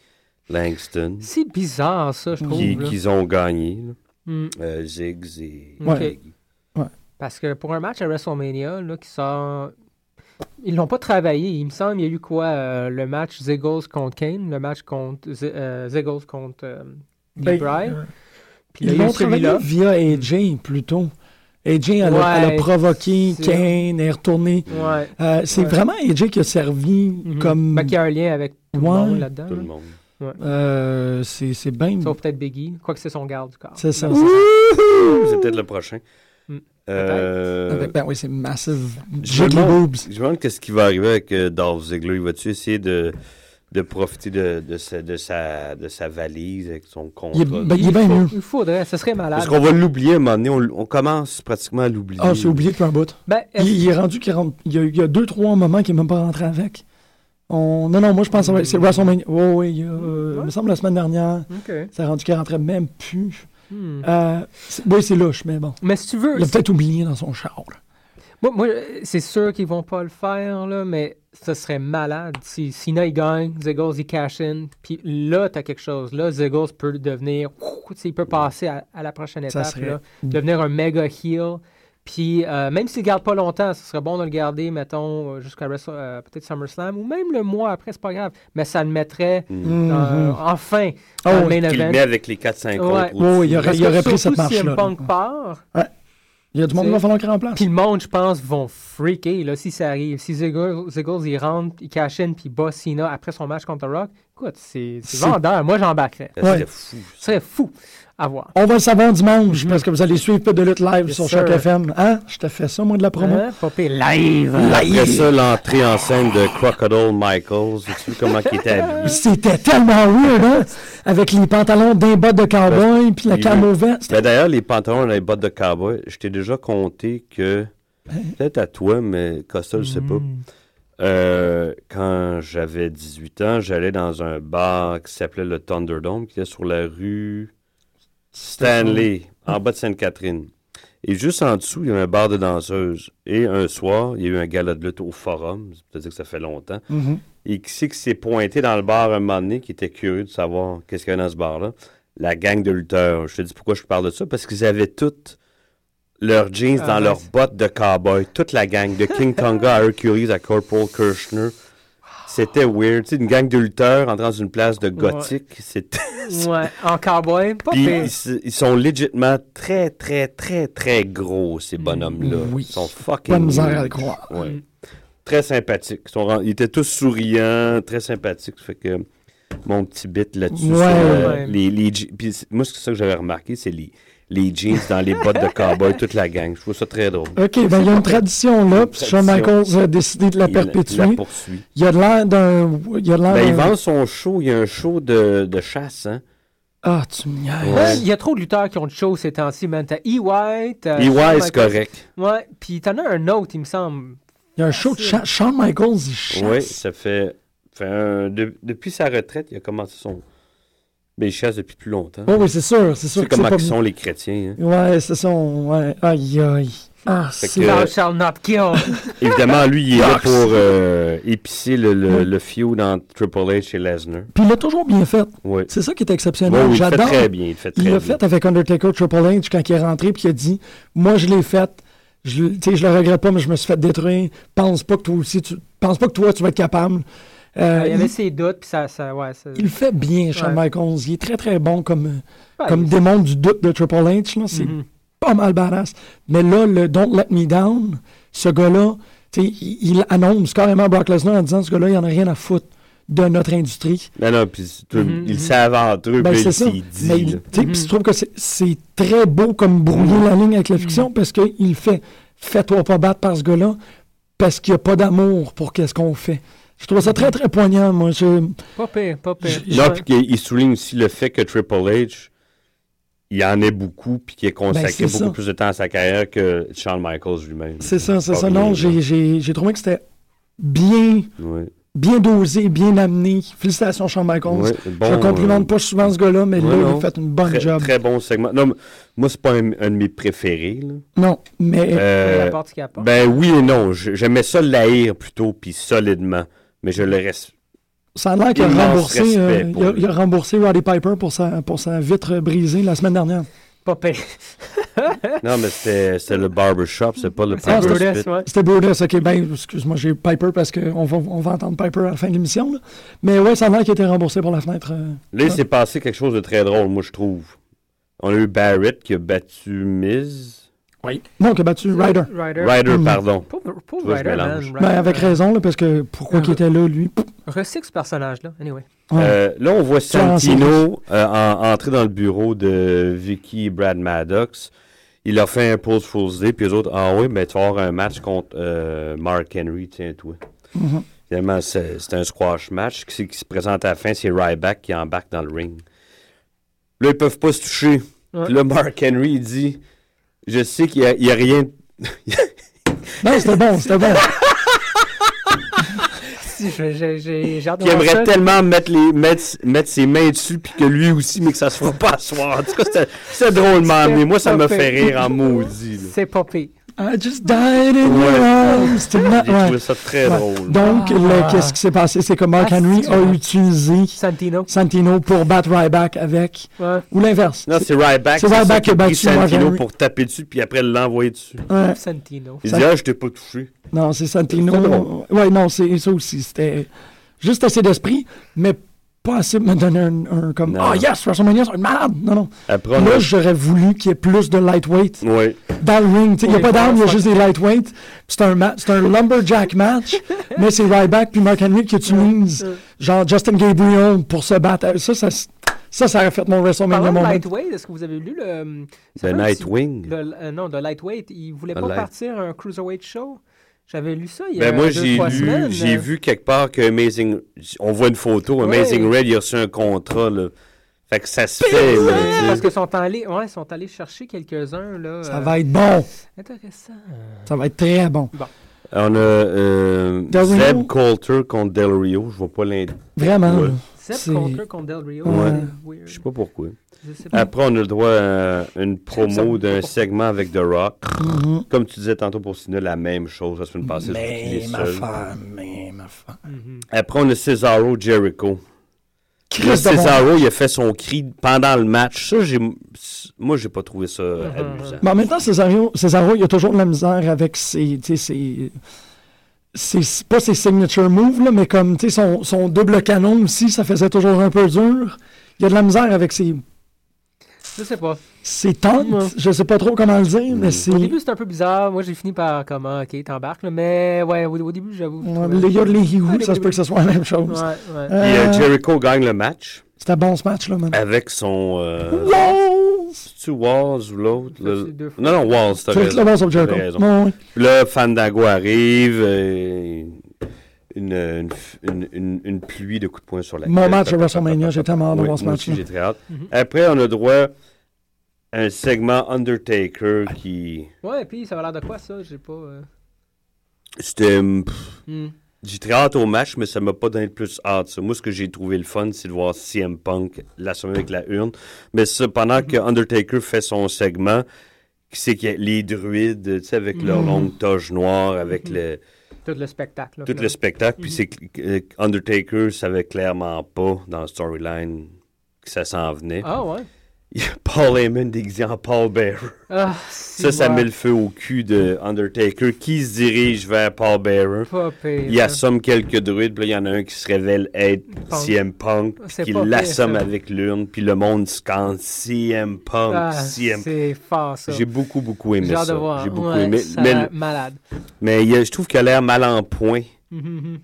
Langston, C'est bizarre, ça, je trouve. qui- là. qu'ils ont gagné. là. Mm. Euh, Ziggs et Ok. Ouais. Parce que pour un match à WrestleMania, là, qui sort. Ils l'ont pas travaillé. Il me semble, il y a eu quoi euh, Le match Ziggles contre Kane, le match contre Z- euh, Ziggles contre euh, Dee Ben, Bry. Puis là, il y Ils a eu l'ont travaillé celui-là. via AJ plutôt. AJ, elle, a- elle a Ouais, provoqué c'est- Kane, elle est retournée. Ouais. Euh, c'est Ouais. vraiment AJ qui a servi Mhm. comme. Ben, qu'il y a un lien avec tout Ouais. le monde là-dedans. tout le là. monde. Euh, c'est c'est bien. Sauf peut-être Biggie, quoique c'est son garde du corps. C'est ça. C'est peut-être le prochain. Mm. Euh, Avec- ben oui, c'est massive. Je me Jiggly demande- boobs. Je me demande qu'est-ce qui va arriver avec euh, Dolph Ziggler. Il va-tu essayer de, de profiter de, de, sa, de, sa, de sa valise avec son Il est, contrat? ben, il est bien faut- mieux. il faudrait, ce serait malade. Parce qu'on va l'oublier à un moment donné. On, l- on commence pratiquement à l'oublier. Ah, c'est oublié depuis un bout. Ben, Il, il est rendu qu'il rentre. Il y, a, il y a deux, trois moments qu'il n'est même pas rentré avec. On... Non, non, moi je pense que ça va- c'est le WrestleMania. Oh, oui, il y a, euh, il me semble la semaine dernière, ok. ça a rendu qu'il rentrait même plus. Hmm. Euh, c'est- oui, c'est louche, mais bon. Mais si tu veux, Il a peut-être oublié dans son char. là. Moi, moi, euh, c'est sûr qu'ils vont pas le faire, là, mais ce serait malade. Si Sina, il gagne, Zegos, il cash in, puis là, t'as quelque chose. Là, Zegos peut devenir... tu sais, Il peut passer à, à la prochaine Ça étape, serait- là, devenir un méga heel. Puis, euh, même s'il ne garde pas longtemps, ce serait bon de le garder, mettons, euh, jusqu'à Wrestle- euh, peut-être SummerSlam, ou même le mois après, c'est pas grave. Mais ça le mettrait Mm. euh, enfin Hmm, dans Ah oui, le main Il le event. met avec les 4-5 Ouais. autres. Oui, oui, il aurait, Parce il que aurait pris surtout cette si CM marche-là. Punk part, Ouais. Il y a du monde qui va falloir qu'il remplace. Puis le monde, je pense, vont freaker là, si ça arrive. Si Ziggles, Ziggles il rentre, il cash in, puis bat Cena après son match contre The Rock, écoute, c'est c'est C'est- vendeur. Moi, j'embarquerais. Ça serait Ouais. fou. Ce serait fou à voir. On va le savoir dimanche parce que vous allez suivre Peu de lutte live Mhm. Yes, sur sir. chaque FM. Hein? Je te fais ça, moi, de la promo. Hein? Pas pire. Live! Après ça, l'entrée en scène de Crocodile Michaels. As-tu vu comment il était habillé? C'était tellement weird, hein? Avec les pantalons d'un bas de cowboy puis la il- camo verte. C'était- Ben, D'ailleurs, les pantalons et les bottes de cowboy, je t'ai déjà compté que, peut-être à toi, mais Costa, je sais pas. Euh, quand j'avais 18 ans, j'allais dans un bar qui s'appelait le Thunderdome, qui était sur la rue Stanley, en bas de Sainte-Catherine. Et juste en dessous, il y avait un bar de danseuses. Et un soir, il y a eu un gala de lutte au Forum, c'est-à-dire que ça fait longtemps. Et qui c'est qui s'est pointé dans le bar un moment donné, qui était curieux de savoir qu'est-ce qu'il y avait dans ce bar-là? La gang de lutteurs. Je te dis pourquoi je parle de ça, parce qu'ils avaient toutes leurs jeans dans Ah, nice. leurs bottes de cowboy. Toute la gang, de King Tonga à Hercules à Corporal Kirchner. C'était weird. Tu sais, une gang de lutteurs entrant dans une place de gothique. C'était. Ouais, en cowboy, pas Puis pire. ils, se- ils sont légitimement très, très, très, très gros, ces bonhommes-là. Oui. Ils sont fucking. Pas de misère à le huge. croire. Ouais. Très sympathiques. Ils, sont ren- ils étaient tous souriants, très sympathiques. Fait que mon petit bit là-dessus. Ouais. sur, euh, Ouais. les, les je- puis c'est- moi, c'est ça que j'avais remarqué c'est les, les jeans dans les bottes de cowboy, toute la gang. Je trouve ça très drôle. OK, ben il y a une tradition là, puis Shawn tradition. Michaels a décidé de la Ah, Il la- la perpétuer. poursuit. Il y a de l'air d'un... Il y a de l'air Ben, ils d'un- vendent son show. Il y a un show de, de chasse, hein. Ah, tu me niaises. Ouais, Euh, Il y a trop de lutteurs qui ont de show ces temps-ci, man. T'as E-White. Euh, t'as E. EY, Shawn c'est Michaels. correct. Ouais, puis t'en as un autre, il me semble. Il y a un show de cha- Shawn Michaels, il Oui, chasse. ça fait. fait un- de- depuis sa retraite, il a commencé son. Ben, il chasse depuis plus longtemps. Oh, oui, c'est sûr, c'est c'est sûr que c'est comment pas... qu'ils sont les chrétiens. hein. Ouais, c'est son... Ouais, aïe, aïe. Ah, Fait c'est... que- Thou Euh, shall not kill. Évidemment, lui, il est là pour euh, épicer le, le, Mm. le feud dans Triple H et Lesnar. Puis il l'a toujours bien fait. Oui. C'est ça qui est Ouais, exceptionnel. oui, il le fait J'adore. très bien. Il le fait très Il bien. l'a fait avec Undertaker Triple H quand il est rentré puis il a dit Moi je l'ai fait, je, le- tu sais, je le regrette pas, mais je me suis fait détruire. Pense pas que toi aussi tu pense pas que toi tu vas être capable. Euh, Ah, il y il, avait ses doutes, puis ça. ça, ouais, ça... il le fait bien, Shawn Ouais. Michaels. Il est très très bon comme, euh, Ouais, comme il- Mhm. démon du doute de Triple H. là. C'est pas mal badass. Mais là, le Don't Let Me Down, ce gars-là, tu sais, il, il annonce carrément Brock Lesnar en disant ce gars-là, il en a rien à foutre de notre industrie. Non, non, puis c'est tout- ils le savent entre eux, Mm-hmm, Ben, puis c'est ça. il Mais, dit. là. il- tu sais, puis je trouve que c'est- c'est très beau comme brouiller la ligne avec la fiction parce qu'il fait fais-toi pas battre par ce gars-là parce qu'il n'y a pas d'amour pour qu'est-ce qu'on fait. Je trouve ça très, très poignant, moi. Je- Pas pire, pas pire. Mm-hmm. Non, puis qu'il- il souligne aussi le fait que Triple H, il en est beaucoup, puis qu'il a consacré Ben, c'est beaucoup ça. plus de temps à sa carrière que Shawn Michaels lui-même. C'est ça, c'est Pas ça. rien, Non, là. j'ai- Ben, j'ai j'ai trouvé que c'était bien, Ouais. bien dosé, bien amené. Félicitations, Shawn Michaels. Ouais, je bon, ne complimente euh, pas souvent ce gars-là, mais Ouais, là, il non. a fait une bonne très, job. Très bon segment. Non, mais moi, c'est pas un, un de mes préférés. là. Non, mais Il Euh, apporte ce qu'il apporte. ben oui et non. Je- J'aimais ça l'haïr plutôt, puis solidement. Mais je le reste. ça a l'air qu'il a immense remboursé, respect euh, pour il a- lui. il a remboursé Roddy Piper pour sa, pour sa vitre brisée la semaine dernière. Pas pire. Non, mais c'était c'était le barbershop, c'est pas le Ah, C'est barbershop. Brutus, ouais. Ah, C'était Brutus, ok, ben, excuse-moi, j'ai Piper parce qu'on va, on va entendre Piper à la fin de l'émission. là. Mais ouais, ça a l'air qu'il a été remboursé pour la fenêtre. euh. Ah. Là, il s'est passé quelque chose de très drôle, moi, je trouve. On a eu Barrett qui a battu Miz. Non, qu'il a battu Ryder. Ryder. Ryder, Mm. pardon. Pauvre, pauvre Tu vois, je Ryder, man. mélange. Ryder. Ah, Ben, avec raison, là, parce que pourquoi qu'il était là, lui Pouf, Recycle ce personnage-là, anyway. Ouais. Euh, là, on voit Ça, on Santino euh, en- entrer dans le bureau de Vicky et Brad Maddox. Il a fait un pause Fool's Day, puis les autres, ah oui, mais tu vas avoir un match contre euh, Mark Henry, tiens-toi. Finalement, c'est c'est un squash match. Qui, c'est qui se présente à la fin, c'est Ryback qui embarque dans le ring. Là, ils peuvent pas se toucher. Puis là, Mark Henry, il dit, je sais qu'il y a, il y a rien. Non, c'était bon, c'était bon. Si, je- je- j'ai j'ai hâte de Il voir aimerait ça. tellement mettre, les, mettre, mettre ses mains dessus, puis que lui aussi, mais que ça se fera pas asseoir. En tout cas, c'était- c'était drôlement, mais moi, ça me fait rire en maudit. là. C'est pas pire. I just died in your Ouais. arms. C'était ma- J'ai ouais. trouvé ça très Ouais. drôle. Donc, le- qu'est-ce qui s'est passé C'est que Mark Ah, Henry c'est a vrai. utilisé Santino. Santino pour battre Ryback avec. Ouais. Ou l'inverse. Non, c'est Ryback. c'est ça Ryback qui a a pris battu Mark Santino Henry. pour taper dessus, puis après l'envoyer dessus. Ouais. Santino. Il dit, ah, je t'ai pas touché. Non, c'est Santino. C'était drôle. Ouais, non, c'est ça aussi. C'était juste assez d'esprit, mais pas assez de me donner un, un comme Non. Ah yes, WrestleMania, c'est malade! Non, non. Après, on Là, a- j'aurais voulu qu'il y ait plus de lightweight. Ouais. dans le ring. Il n'y a Oui, pas d'armes, il y a fuck. juste des lightweights. C'est un, ma- c'est un lumberjack match, mais c'est Ryback puis Mark Henry qui utilisent genre Justin Gabriel pour se battre. Euh, Ça, ça, s- ça, ça aurait fait mon WrestleMania Parlant de moment. Lightweight, est-ce que vous avez lu le. hum, ça fait The un petit- Nightwing. le- euh, non, de Lightweight. Il voulait The pas Light- partir un Cruiserweight show. J'avais lu ça il y a Ben moi, deux, j'ai trois lu, semaines. j'ai euh, vu quelque part que Amazing, on voit une photo, Amazing Red, il a reçu un contrat, là. Fait que ça se fait, là, tu sais. ben, Parce qu'ils sont allés, ouais, ils sont allés chercher quelques-uns là. Ça euh, va être bon. Intéressant. Ça va être très bon. On a euh, Del Rio. Zeb Coulter contre Del Rio. Je vois pas l'in... Vraiment. Ouais. là. C'est- Seth Coulter contre Del Rio. Ouais. c'est weird. Je sais pas pourquoi. Je sais pas. Après, on a le droit à une Ça me promo dit pas d'un pourquoi. segment avec The Rock. Mhm. Comme tu disais tantôt pour Sina, la même chose la semaine passée. c'est Même qu'il est seul. affaire, même affaire. Mm-hmm. Après, on a Cesaro Jericho. Chris Là, de bon- Cesaro, il a fait son cri pendant le match. Ça, j'ai... Moi, j'ai pas trouvé ça Mm-hmm. amusant. Mais en même temps, Cesaro, Cesaro, il a toujours de la misère avec ses. tu sais, ses- ses- c'est pas ses signature moves, là, mais comme tu sais, son, son double canon aussi, ça faisait toujours un peu dur. Il a de la misère avec ses, Je sais pas. ses tentes. Ouais. Je sais pas trop comment le dire, mais c'est. Au début, c'était un peu bizarre. Moi, j'ai fini par comment, ok, t'embarques, là. Mais ouais, au, au début, j'avoue. je Ouais, trouvais- Les gars de les Ouais, Hee-Hoo, les ça se peut que ce soit la même chose. Ouais, ouais. Et Euh, euh, Jericho gagne le match C'était bon ce match-là, man. avec son... Mm-hmm. Euh... Walls! C'est-tu Walls ou l'autre? Ça, Le- c'est deux fois. Non, non, Walls, t'as Tu veux que raison. le bon sur T'as Jericho? raison. Ouais, ouais. Là, Fandango arrive. euh, une, une, une- une- une pluie de coups de poing sur la Mon gueule. match à WrestleMania, j'ai tellement hâte de Oui, voir ce moi aussi, match-là. J'ai très hâte. Après, on a droit à un segment Undertaker qui. Ouais, et puis ça va l'air de quoi, ça? J'ai pas. euh, C'était. pff, hmm. J'ai très hâte au match, mais ça m'a pas donné le plus hâte. ça. Moi, ce que j'ai trouvé le fun, c'est de voir CM Punk l'assommer avec la urne. Mais ça, pendant que Undertaker fait son segment, c'est que les druides, tu sais, avec leur longue toge noire, avec Mm. le. Mm-hmm. Tout le spectacle. là, Mm-hmm. tout le finalement. spectacle. Puis c'est que- euh, Undertaker savait clairement pas dans le storyline que ça s'en venait. Ah, ouais. Il y a Paul Heyman déguisé en Paul Bearer. Ah, Ça, ça met le feu au cul de Undertaker qui se dirige vers Paul Bearer. Il assomme quelques druides, puis là, il y en a un qui se révèle être Punk. CM Punk, C'est puis qui pas pire, l'assomme ça. avec l'urne, puis le monde scande CM Punk, CM Ah, C'est fort, ça. J'ai beaucoup, beaucoup aimé J'ai hâte de ça. voir. J'ai beaucoup Ouais, aimé. ça a Mais- l'air malade. mais il y a- je trouve qu'il a l'air mal en point. Mhm,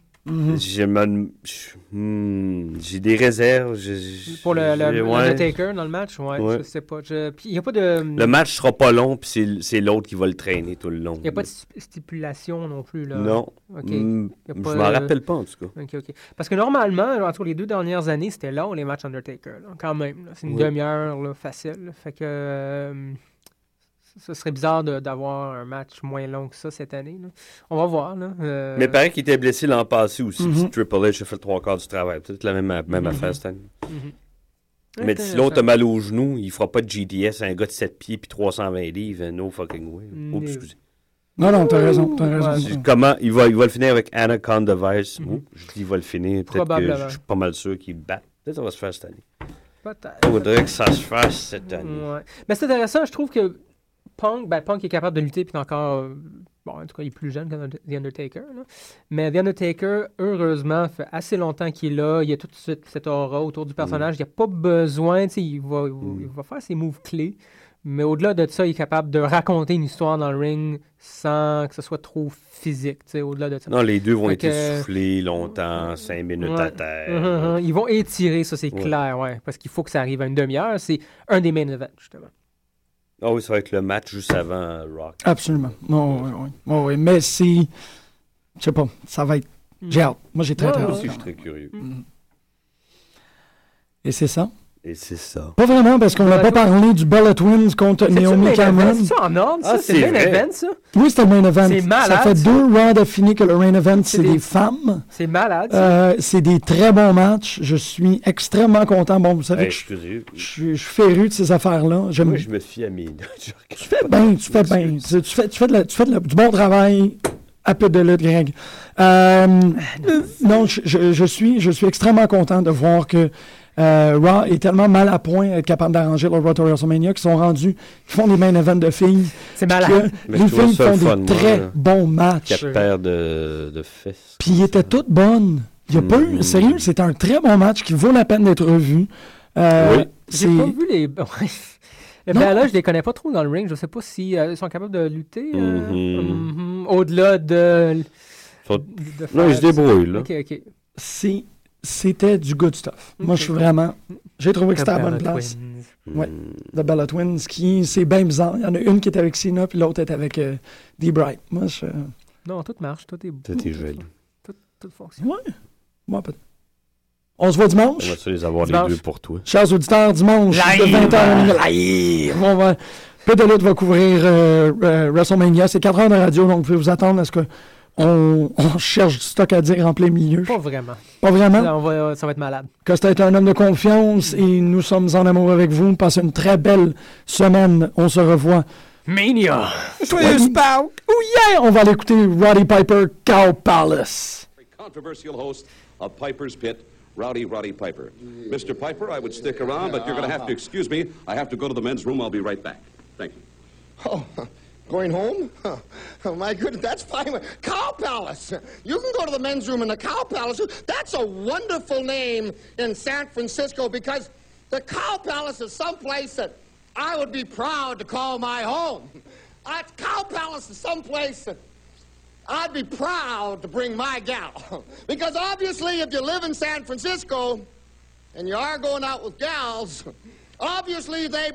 Je me- je- hmm, J'ai des réserves. je- je- mhm. Pour le, le, je- le ouais. Undertaker dans le match, ouais, Ouais. je sais pas. Je... Puis il n'y a pas de. hum, Le match sera pas long, puis c'est- c'est l'autre qui va le traîner tout le long. Il n'y a pas de sti- stipulation non plus, là. Non. Ok. Hmm, Y a Je pas, m'en euh, rappelle pas, en tout cas. Ok, ok. Parce que normalement, en tout cas, les deux dernières années, c'était long, les matchs Undertaker, là, quand même. là. C'est une Oui. demi-heure là, facile. là. Fait que euh, ce serait bizarre de- d'avoir un match moins long que ça cette année. là. On va voir. Là. Euh, Mhm. Mais pareil qu'il était blessé l'an passé aussi. puis Triple H a fait le trois quarts du travail. Peut-être la même, même affaire cette année. Mhm. Mais si l'autre a mal au genou, il fera pas de GDS à un gars de 7 pieds puis 320 livres. euh, No fucking way. Mm. Oh, excusez. Non, non, t'as raison, t'as raison. C'est Comment il va, il va le finir avec Anaconda Vice. Oh, je dis il va le finir. Peut-être que Mhm. Probablement. je suis pas mal sûr qu'il bat. Peut-être que ça va se faire cette année. Peut-être. Il faudrait que ça se fasse cette année. Ouais. Mais c'est intéressant, je trouve que Punk, ben, Punk est capable de lutter, puis il est encore. euh, Bon, en tout cas, il est plus jeune que The Undertaker. là. Mais The Undertaker, heureusement, fait assez longtemps qu'il est là. Il y a toute cette, cette aura autour du personnage. Il n'y a pas besoin, tu sais, il va, il, va- il va faire ses moves clés. Mais au-delà de ça, il est capable de raconter une histoire dans le ring sans que ce soit trop physique, tu sais, au-delà de ça. Non, les deux vont Fait être que- soufflés longtemps, cinq minutes Ouais. Mhm, à terre. mhm. Ils vont étirer, ça, c'est Ouais. clair, ouais. Parce qu'il faut que ça arrive à une demi-heure. C'est un des main events, justement. Ah oui, ça va être le match juste avant euh, Rock. Absolument. Oh, oui, oui. Oh, oui. Mais c'est. Je sais pas, ça va être. J'ai hâte. Moi, j'ai très, très Hmm. Ah, Ouais, Moi hâte. aussi, je suis quand très même. curieux. Et c'est ça? Et c'est ça. Pas vraiment, parce qu'on n'a pas Bullet parlé du Bullet Twins contre C'est-tu le main Naomi event? Cameron. C'est ça en ordre, ça? Ah, c'est c'est le main vrai. event, ça? Oui, c'était le main event. C'est malade, ça fait ça. deux rounds affinés que le main event, c'est des- des femmes. C'est malade. ça. Euh, c'est des très bons matchs. Je suis extrêmement content. Bon, vous savez Hey, que je suis je, curieux. je suis- je suis féru de ces affaires-là. J'aime Moi, je me fie à mes notes. Je regarde Tu fais pas bien, mes tu fais bien. excuses. Tu tu fais, tu fais, de la- tu fais de la- du bon travail à peu de lutte, Greg. Euh, euh, non, je, je- je suis, je suis extrêmement content de voir que euh, Raw est tellement mal à point à être capable d'arranger le Road to WrestleMania qu'ils sont rendus, qu'ils font des main events de filles. C'est Que malade. Mais les je trouve filles ça le font des fun, moi, très là. bons matchs. Quatre paires de, de fesses. Puis ils étaient toutes bonnes. Il y a pas eu- Mm. sérieux, c'est un très bon match qui vaut la peine d'être revu. Euh, Oui. J'ai pas c'est- vu les. Ouais. Le Non. Bella, je les connais pas trop dans le ring. Je sais pas si euh, ils sont capables de lutter euh, Mhm. mhm, au-delà de, Faut- de Non, ils se faire- débrouillent, là. Ok, ok. C'est- C'était du good stuff. Moi, je suis vraiment. J'ai trouvé que c'était à la bonne Cabana place. Twins. Ouais. Mhm. The Bella Twins, qui, c'est bien bizarre. Il y en a une qui est avec Cena, puis l'autre est avec euh, Dee Bright. Moi, je. Non, tout marche, tout est beau. T'as tes jaloux. Tout, tout fonctionne. Ouais. Moi, peut On se voit On va dimanche. tu les avoir Dimanche. les deux pour toi? Chers auditeurs, dimanche, de 20h. Live! On va... Peu de lutte va couvrir euh, euh, WrestleMania. C'est 4 heures de radio, donc vous pouvez vous attendre à ce qu'on on on cherche du stock à dire en plein milieu. Pas vraiment. Pas vraiment. Là, on va, ça va être malade. Costa est un homme de confiance et nous sommes en amour avec vous. Passez une très belle semaine. On se revoit. Mania! Oh yeah! On va aller écouter Roddy Piper, Cow Palace. Controversial host of Piper's Pit, Rowdy Roddy Piper. Mr. Piper, I would stick around, but you're going to have to excuse me. I have to go to the men's room. I'll be right back. Thank you. Oh, going home? Oh, my goodness, that's fine. Cow Palace. You can go to the men's room in the Cow Palace. That's a wonderful name in San Francisco because the Cow Palace is someplace that I would be proud to call my home. Uh, Cow Palace is someplace that I'd be proud to bring my gal. Because obviously, if you live in San Francisco and you are going out with gals, obviously they